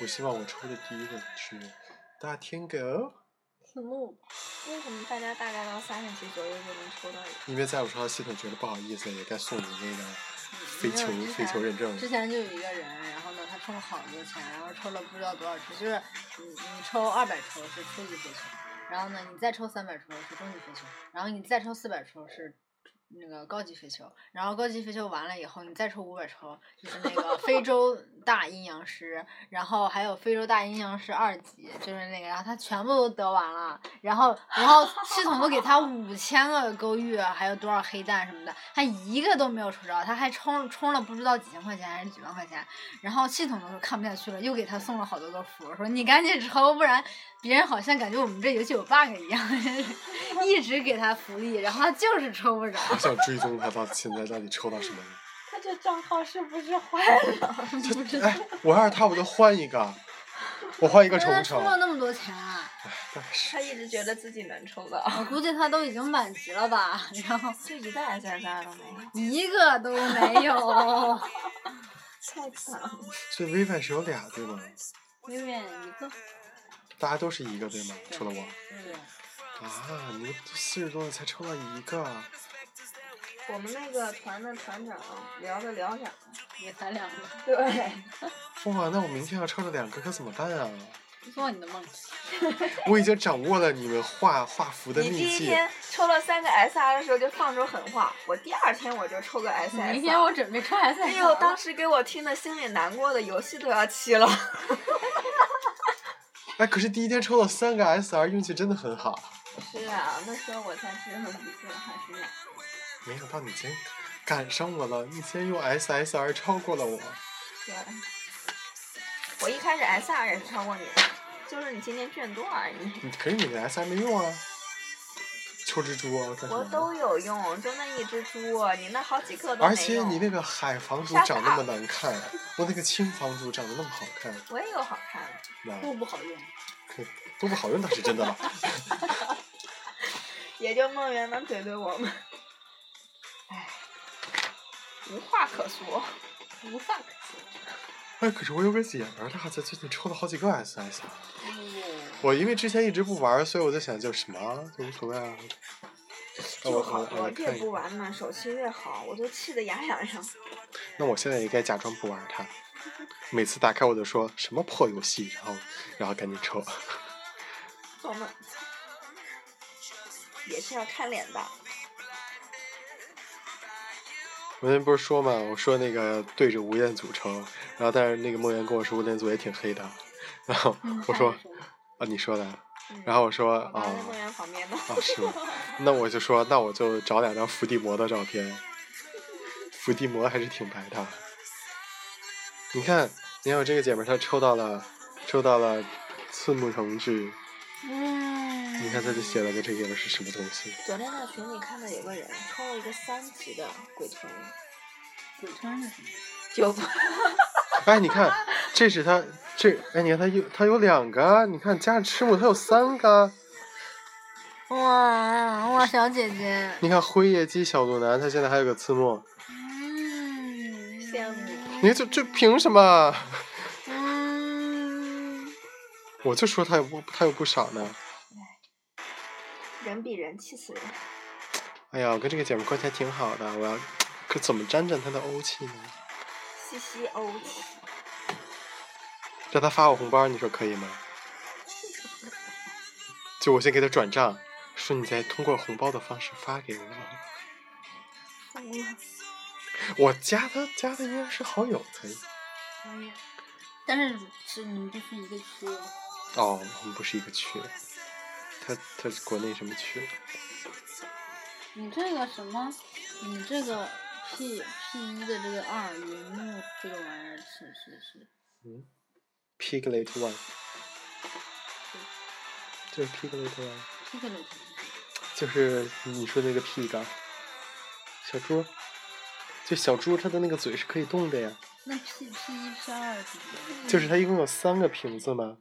我希望我抽的第一个是大天狗，
字幕。
为什么大家大概到三十级左右就能抽到一个？
因为在我抽到系统觉得不好意思，也该送你那个
没
非
有
球
之
非
前
球认证。
之前就有一个人，然后呢，他充了好多钱，然后抽了不知道多少次，就是你你抽二百抽是初级飞球，然后呢，你再抽三百抽是中级飞球，然后你再抽四百抽是那个高级飞球，然后高级飞球完了以后，你再抽五百抽就是那个非洲大阴阳师，然后还有非洲大阴阳师二级，就是那个，然后他全部都得完了，然后然后系统都给他五千个勾玉，还有多少黑蛋什么的，他一个都没有抽着，他还充充了不知道几千块钱还是几万块钱，然后系统都看不下去了，又给他送了好多个符，说你赶紧抽，不然别人好像感觉我们这游戏有 bug 一样， 一直给他福利，然后他就是抽不着。
我想追踪他到现在到底抽到什么了。
他这账号是不是坏了？
他哎，我要是他我就换一个，我换一个
但是
抽不抽？
他充哎了那么多钱、啊
但是
他一直觉得自己能抽到，
我估计他都已经满级了吧，然后
就一个 SSR 都没有，
一个都没有。
太惨了。
所以 Vivian 是有俩对吗？
永远一个，
大家都是一个对吗？除了我
对，
啊，你们四十多了才抽到一个啊，
我们那个团的团长聊着聊着，
也才两个。
对，
哇，那我明天要抽到两个可怎么办啊？
做你的 梦。
我已经掌握了你们画画符 的
你
秘
第一
技，
天抽了三个 SR 的时候就放出狠话，我第二天我就抽个 SS。
明天我准备穿 S。
哎呦，当时给我听的心里难过的，游戏都要弃了。
哎，可是第一天抽到三个 SR，运气真的很好。
是啊，那时候我才知道一个还是两个。
没想到你竟然赶上我了，你竟然用 SSR 超过了我。
对，我一开始 SR 也是超过你的，就是你今天卷多而已。
你嗯可是你的 SR 没用啊，抽蜘蛛啊，干什么
我
呢？
都有用，就那一只猪，啊你那好几个都没用。
而且你那个海防族长那么难看，我那个青防族长得那么好看，
我也有好看的，
那
嗯
都不好用。
都不好用倒是真的了。
也就梦圆能怼怼我们。唉，无话可
哦
说。
无话可说。
哎，可是我有个姐们儿，她在最近抽了好几个 SS。
哦，
我因为之前一直不玩儿，所以我在想，就什么啊就无所谓啊。那
就
我
好
我我
多，
来
越
看一
不
看。
玩嘛，手气越好，我都气得牙痒痒。
那我现在也该假装不玩儿它。每次打开我就说什么破游戏，然后然后赶紧抽。
做梦，也是要看脸的。
我那天不是说嘛，我说那个对着吴彦祖抽，然后但是那个梦圆跟我说吴彦祖也挺黑的，然后
嗯
我说啊你说的啊，
嗯、
然后我说
我妈在
哦
梦圆旁边呢。
啊是吗？那我就说那我就找两张伏地魔的照片，伏地魔还是挺白的。你看，你看我这个姐们儿她抽到了，抽到了刺木同志，
嗯
你看她就写了个这个是什么东西？
昨天在群里看到有个人抽了一个三级的鬼魂，
鬼村是什么？
就 不
哎，你看，这是他这，哎，你看他有他有两个啊，你看加上赤木他有三个啊，
哇哇，小姐姐，
你看辉夜姬小鹿男，他现在还有个次木，
嗯，
羡慕
你看这这凭什么？啊
嗯，
我就说他有不他有不少呢。
人比人气死人。
哎呀，我跟这个姐们关系还挺好的，我要可怎么沾沾她的欧气呢？
西西欧气，
让她发我红包，你说可以吗？就我先给她转账，说你再通过红包的方式发给我。
哎
疯了。
我加她加她应该是好友才
可以。哎但是是你们必须一个区哦。
哦，我们不是一个区，他他是国内什么区？
你这个什么，你这个 P P 一的这个二云木这个玩意儿是是是，
嗯，Piglet One，就是 Piglet One，
这个流
就是你说那个 Pig，啊小猪，就小猪它的那个嘴是可以动的呀，
那 P P 一 P 二是什么？
就是它一共有三个瓶子嘛，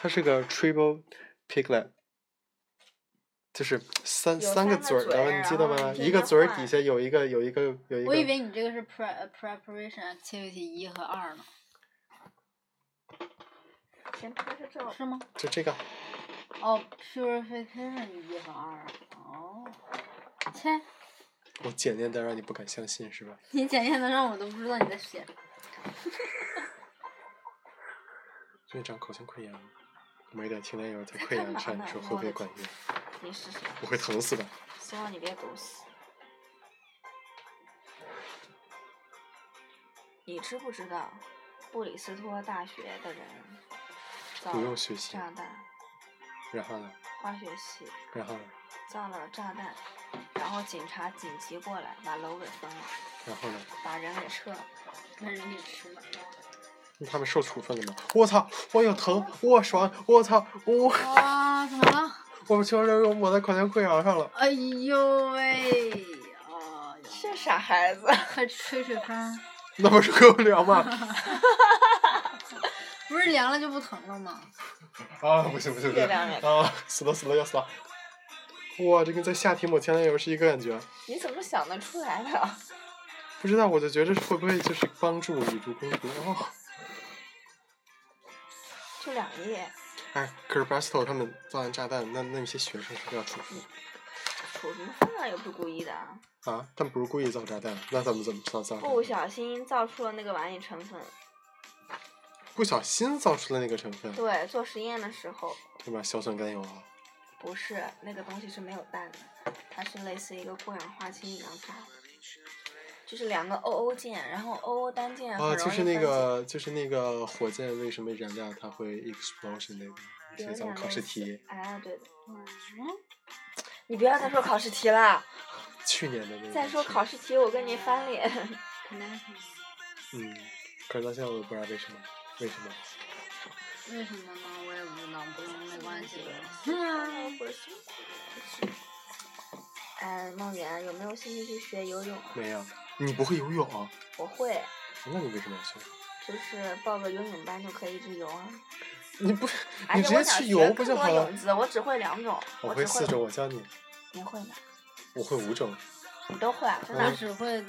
它是个 Triple Piglet。就是三
有
三个
三个
嘴儿
嘴儿
的，你记得
然后
吗？
你可
一
以
个嘴儿
换
底下有一个有一个有一个。
我以为你这个是 pre preparation activity 一和二呢，
先拍摄照，
是吗？
就这个，
哦，purification 一和二，哦，切，
我简练的让你不敢相信是吧？
你检验的让我都不知道你在写什么。
最长口腔溃疡，没点清凉油在溃
干
疡
嘛
上，你
呢
说会不
我
会
的
管用？
你试试，
我会疼死的。
希望你别毒死。你知不知道，布里斯托大学的人造
不
了
用学习。
炸弹，
然后呢？
化学系
然后呢？
造了炸弹，然后警察紧急过来把楼给封了，
然后呢？
把人给撤了。
把人给吃了。
那他们受处分了吗？我操！我有疼，我爽，我操！我
哇，怎么了？
我全身都抹在口腔溃疡上了。
哎呦喂，哦哟，
是傻孩子，
快吹吹风，
那不是给我凉吗？
不是凉了就不疼了吗？
啊，不行不行不
月
行！
亮脸，
啊，死了死了要死了！哇，这跟在下体抹前男油是一个感觉。
你怎么想得出来的？
不知道，我就觉得会不会就是帮助以毒攻毒哦。
就两页，
哎，可是 Bristol 他们造完炸弹，那那些学生是不是要处分？
处什么分啊？又不故意的啊，
啊，他们不是故意造炸弹，那他们怎么造造炸弹？
不小心造出了那个玩意成分。
不小心造出了那个成分，
对，做实验的时候
对吧？硝酸甘油啊，
不是那个东西是没有氮的，它是类似一个过氧化氢一样造的，就是两个 OO 键，然后 OO 单键很
啊，
容易
就
分
是
解。
那个，就是那个火箭为什么燃料它会 explosion 那个，
有
这咱们
点
考试
类似
题
哎，对的，
嗯，
你不要再说考试题了，
去年的那个。
再说考。试题我跟你翻脸。
可能是
嗯，可是到现在我也不知道为什么，为什么？
为什么呢？我也不知道，不用没关系的。
哎，梦圆，有没有兴趣去学游泳啊？
没有，你不会游泳啊？
我会，
那你为什么要学？
就是报个游泳班就可以一直游啊。
你不，
而
你
且
直
我
接
想
去
学
游不
更
就
多
好了
泳？姿，我只会两种，
我
只
会四种，我教你。
你会吗？
我会五种，
你都会啊？真的
我
啊？
只会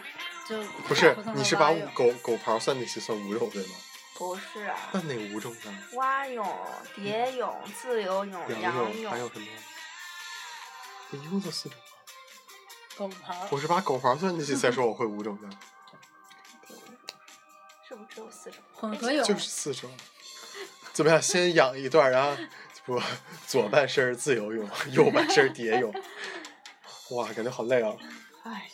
就
不是
普通的
你是
蛙
把
泳
狗狗刨算进去算五种对吗？
不是啊。
那哪五种呢？
蛙泳、蝶泳、自由泳、
仰
仰
泳还有什么呀？我一共就四种。
狗刨
我是把狗刨算进去才说我会五种的，
是不是只有四种？
混合泳，
就是四种。怎么样？先养一段，然后不，左半身儿自由泳，右半身儿蝶泳。哇，感觉好累啊！
哎，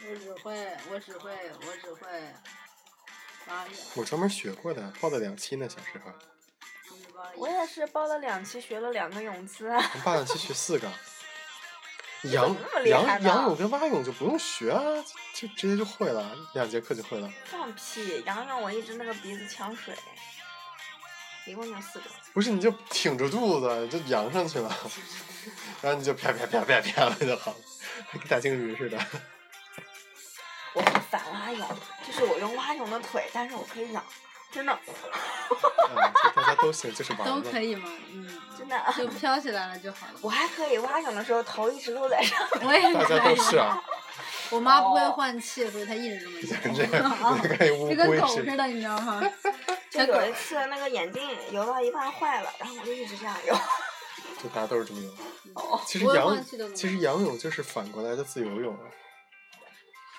我只会我只会我只会蛙泳，
我专门学过的，报的两期呢，小时候。
我只蛙
我
泳。
也是报了两期，学了两个泳姿啊。
我爸想去学四 个。
怎
仰
么那么厉
仰
害呢
仰泳跟蛙泳就不用学啊，就直接就会了，两节课就会了。
放屁！仰泳我一直那个鼻子呛水，一共就四个。
不是，你就挺着肚子就扬上去了，然后你就啪啪啪啪啪了就好了，跟打鲸鱼似的。
我会反蛙泳，就是我用蛙泳的腿，但是我可以仰，真的
啊，就大家都行，就是玩
都
嘛。
可以嘛，嗯，
真的。
就飘起来了就好了。
我还可以蛙泳的时候头一直露在上
我也
大家
可
都
以。
是 啊，
我妈不会换气，所以她一 直这么
就
教
跟这个就跟乌
就跟
龟
哦狗
似的。
似的，你知道吗？
就
小狗
有一次那个眼镜游到一半坏了，然后我就一直这样游。
就大家都是这么游。
哦，
其实
我也
仰
忘记了，
其实仰泳就是反过来的自由泳啊。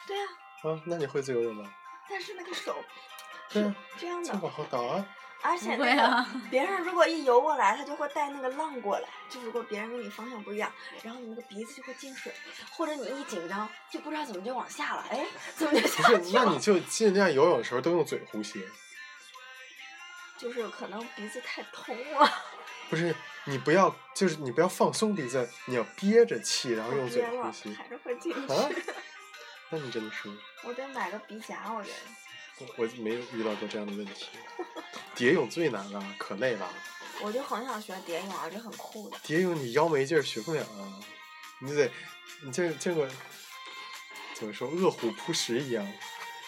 对啊，
啊，那你会自由泳吗？
但是那个手
对
是
啊
这样
就
的，
往后倒啊。
而且
不
那
会
个
啊，
别人如果一游过来，他就会带那个浪过来，就如果别人跟你方向不一样，然后你那个鼻子就会进水，或者你一紧张就不知道怎么就往下了，哎，怎么就
不
下
是，
去
那你
了？
就尽量游泳的时候都用嘴呼吸。
就是可能鼻子太通了，
不是，你不要，就是你不要放松鼻子，你要憋着气，然后
我
用嘴
憋
呼
了
吸。
还是会进去。
啊？ 那你真的是，
我得买个鼻夹，我觉得。
我我没有遇到过这样的问题。蝶泳最难了，可累了。
我就很想学蝶泳，而且很酷的。
蝶泳你腰没劲儿，学不了啊，你得，你见见过，怎么说饿虎扑食一样，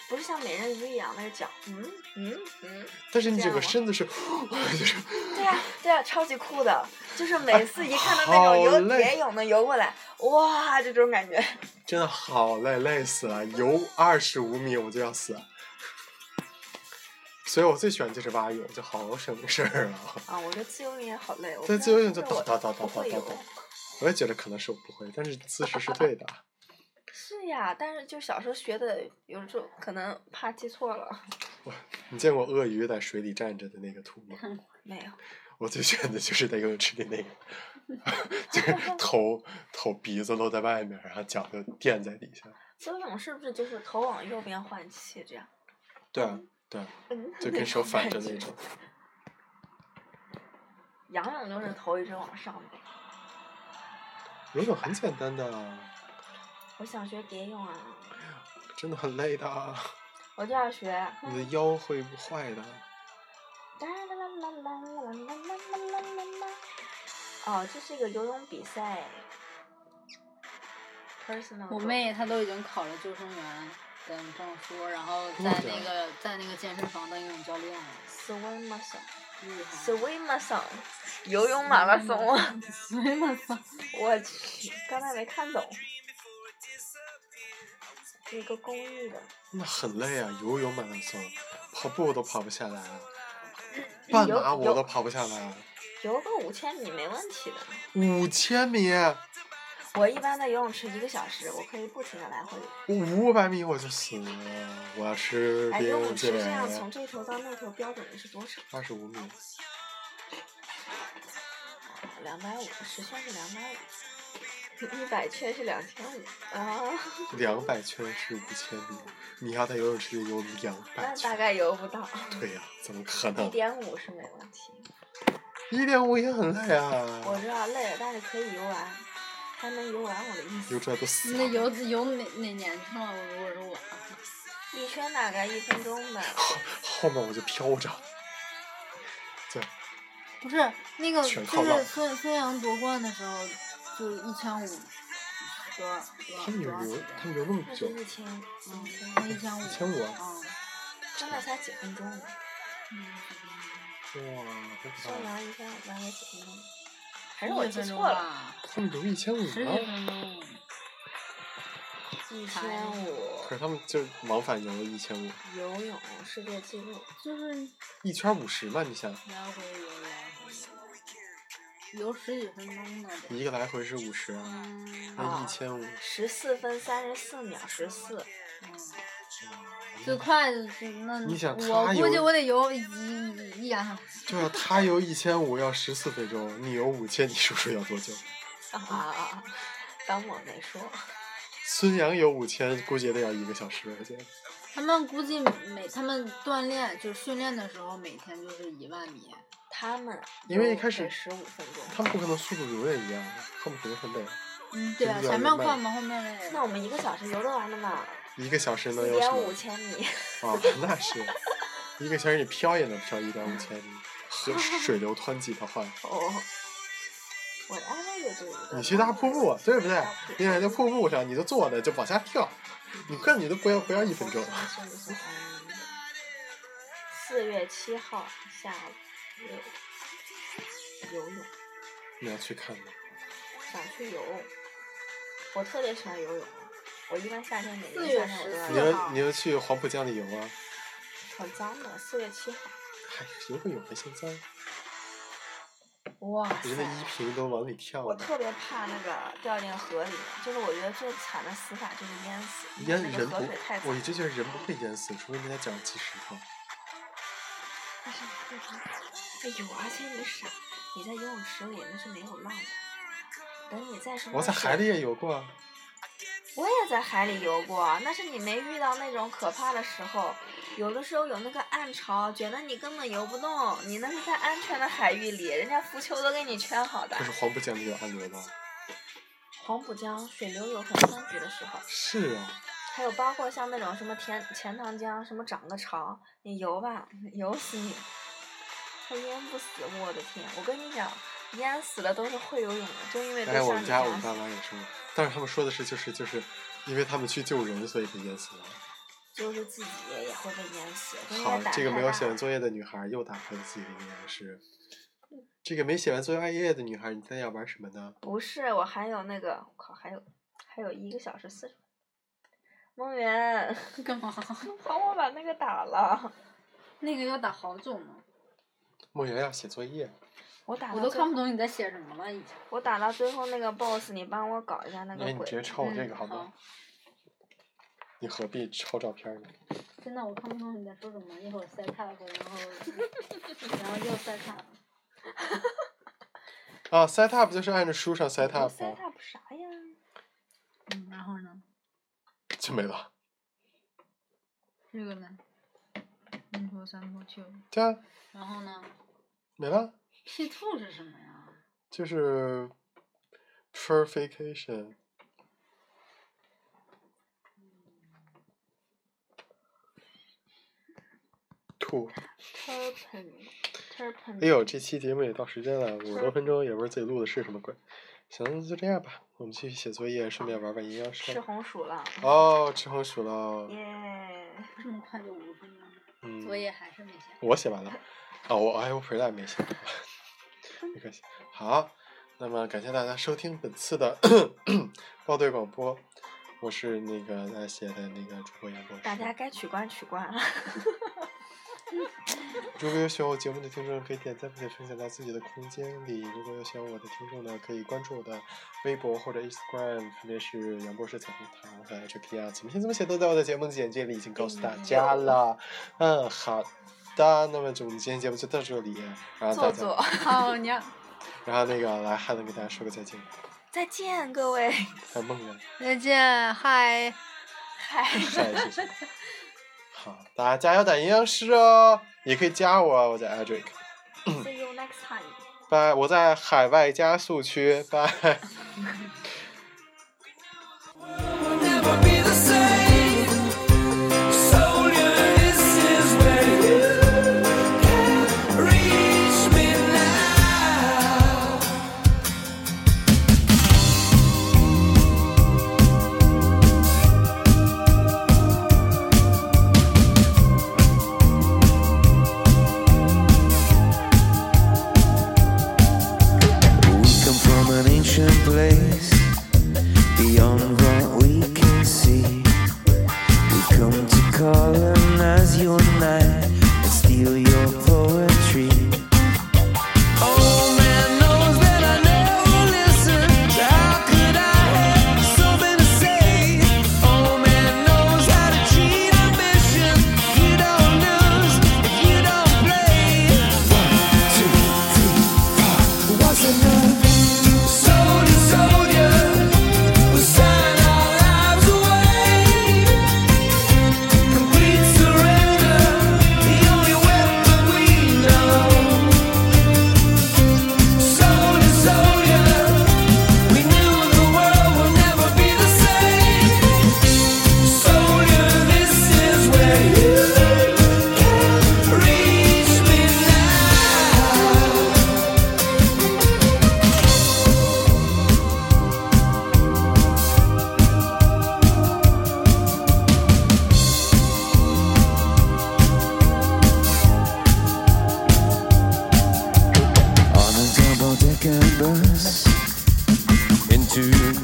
不是像美人鱼一样那个脚，嗯嗯嗯，
但是你整个
这样吗
身子是， 就是
对啊对啊，超级酷的，就是每次一看到那种
好
游
累
蝶泳的游过来，哇，这种感觉。
真的好累，累死了，游二十五米我就要死。所以我最喜欢就是蛙泳，就好省事儿啊。
啊，我觉得自由泳也好累，我
对
不
自由
知
泳就
道是
哒
我
哒哒哒
不
哒
会
哒
游
哒。我也觉得可能是我不会，但是姿势是对的。
是呀，但是就小时候学的，有时候可能怕记错了。
你见过鳄鱼在水里站着的那个图吗？
没有，
我最喜欢的就是在游泳池里那个， 就是头头鼻子露在外面，然后脚就垫在底下。
自由泳是不是就是头往右边换气这样？
对啊，对啊，
嗯，
就跟手反着那种。
仰泳就是头一直往上呗。
游泳很简单的，
我想学蝶泳啊，
真的很累的，啊
我就要学。嗯
你的腰会坏的。
哒啦啦啦啦啦啦啦啦啦啦啦。哦，这是一个游泳比赛。personal。
我。妹她都已经考了救生员的证书，然后在
对啊
那个在那个健身房当游泳教练了，
swim marathon。
厉害。
swim marathon。游泳马拉松。
嗯所以嘛，
我去，刚才没看懂。一个公益的，
那很累啊，游泳马拉松，跑步我都跑不下来啊，半
游
马我
游
都跑不下来啊，
游个五千米没问题的。
五千米，
我一般在游泳池一个小时，我可以不停的来回游。
五百米我就死了，我是
哎，游
冰
泳
淇
池这
淋，
样从这头到那头标准的是多少？
二十五米，
啊两百五，十圈是两百五，一百圈是两千五啊，
两百圈是五千米，你要在游泳池里游两百
那大
圈，
概游不到，
对呀、怎么可
一
能？
点五是没问题。
一点五也很累
我
啊，
知道累了，但是可以游完，还能游完我的意
游
思。
出来都死
你 那
了。
游游哪哪年去了？如果是我啊的话，
一圈大概一分钟吧。
后面我就飘着，
不是那个就
全靠浪
是孙孙杨夺冠的时候，就一千五多少多少
他们有
多少
游
时，
他
间？
们游那么
那
久
就，一千，
嗯
嗯，，
那一千五，
一千五啊，
嗯，
真的才几分钟呢，
嗯
哇，好可怕
上
啊！
完一千五百也几分钟。还是我
10
记
分钟
错了？
吧，
他们留一千五
十
了
几，分
啊
钟。
一
看
千五
可是他们就往返游了一千五，
游泳世界纪录，
就是
一圈五十嘛，你想
来回游来回，游十几分钟呢得。
一个来回是五十啊，
嗯
那
啊
一千五，
十四分三十四秒十四，
嗯，最快就是那
你想
我
他
估计
游
我得游一一一两小时。
对啊，他游一千五要十四分钟，你游五千，你数数要多久？
啊啊啊！当我没说，
孙杨游五千，估计也得要一个小时，我觉得。
他们估计每他们锻炼就是训练的时候，每天就是一万米。
他们
因为一开始
十五分钟，
他们不可能速度永远一样的，他们肯定会累。
嗯，对啊，
就是
前
要
面
慢
快嘛，后面累。
那我们一个小时游得完的嘛？
一个小时能
一
游什
点五
么？
千米，
啊，那是，一个小时你飘也能飘一点五千米，河水流湍急的换。
哦，我的安慰也就一个。
你去大瀑布，啊对不对
大瀑？布
你在那瀑布上，你就坐着就往下跳，你根本就不要不要一分钟。
嗯四月七号下午游泳，
你要去看吗？
想去游。我特别喜欢游泳，我一般夏天每
4
年
月
夏天我都要
14
你
游，
要你要去黄浦江里游啊？
很脏的。四月七号，
嗨，游个泳还嫌脏？
哇
人家衣
塞！
瓶都往里跳
我
了。
特别怕那个掉进河里面，就是我觉得最惨的死法就是淹死，因
淹
为那
人
个河水太
不，我
脏
一。直觉得人不会淹死，除非你在脚上积石头。
但是那啥，哎呦，而且你傻，你在游泳池里那是没有浪的。等你再什么？
我在海里也游过啊。
我也在海里游过，但是你没遇到那种可怕的时候。有的时候有那个暗潮，觉得你根本游不动，你那是在安全的海域里，人家浮球都给你圈好的
可。是黄浦江里有暗流吗？
黄浦江水流有很湍急的时候，
是啊，
还有包括像那种什么钱钱塘江，什么涨个潮，你游吧，游死你，它淹不死。我的天，我跟你讲，淹死的都是会游泳的，就因为都
哎，我
像
们
你
家
这
我
样
们爸
死，
妈也说，但是他们说的是就是就是，因为他们去救人，所以被淹死了。
就是自己也会被淹死，就因
好
为胆，
这个
太
没有
大
写
了
完作业的女孩又打破了自己的阴阳师。
嗯
这个没写完作业的女孩，你在要玩什么呢？
不是，我还有那个，我靠，还有还有一个小时四十分。梦圆，
干嘛？
帮我把那个打了。
那个要打好久吗？
梦圆要写作业，
我打
我
到
都
最
看不
后
懂你在写什么了，已经。
我打到最后那个 boss，你帮我搞一下那个
哎，你
鬼。
直接抄我这
嗯
个好吗？你何必抄照片呢？
真的，我看不懂你在说什么。一会儿塞 tab，然 后然后又塞 tab。
啊，set up 就是按照书上 set up，
哦 set
啊
up 啥呀？
嗯，然后呢？
就没了。
这个呢？一头三头去。
对啊，
然后呢
没了，
？P two 是什么呀？
就是 purification。吐。
Turpin，Turpin，
哎呦，这期节目也到时间了，五十多分钟也不知道自己录的是什么鬼。行，就这样吧，我们去写作业，顺便玩玩阴阳
吃
师。
红薯了，
哦，吃红薯了。
耶！
这么快就五分钟了，
嗯，
作业还是没写。
我写完了。哦，我哎，我回来没写，
嗯
没关系。好，那么感谢大家收听本次的 报队广播，我是那个大写的那个主播杨博士。
大家该取关取关了。
如果有喜欢我节目的听众，可以点赞并且分享到自己的空间里。如果有喜欢我的听众呢，可以关注我的微博或者 Instagram，分别是杨博士彩虹糖和 HKR。怎么拼怎么写都在我的节目简介里已经告诉大家了。嗯，好的，那么就我们今天节目就到这里，啊然后大
做
家，
做，
好，哦你要
然后那个来汉能给大家说个再见，
再见各位，
还有梦圆，
再见，嗨。
嗨。
下一期什么？好，大家加油打阴阳师哦，也可以加我啊，我在 Adric。
See you next time.
拜，我在海外加速区，拜。
We come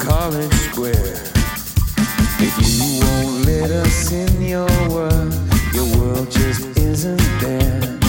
College Square. If you won't let us in your world, your world just isn't there.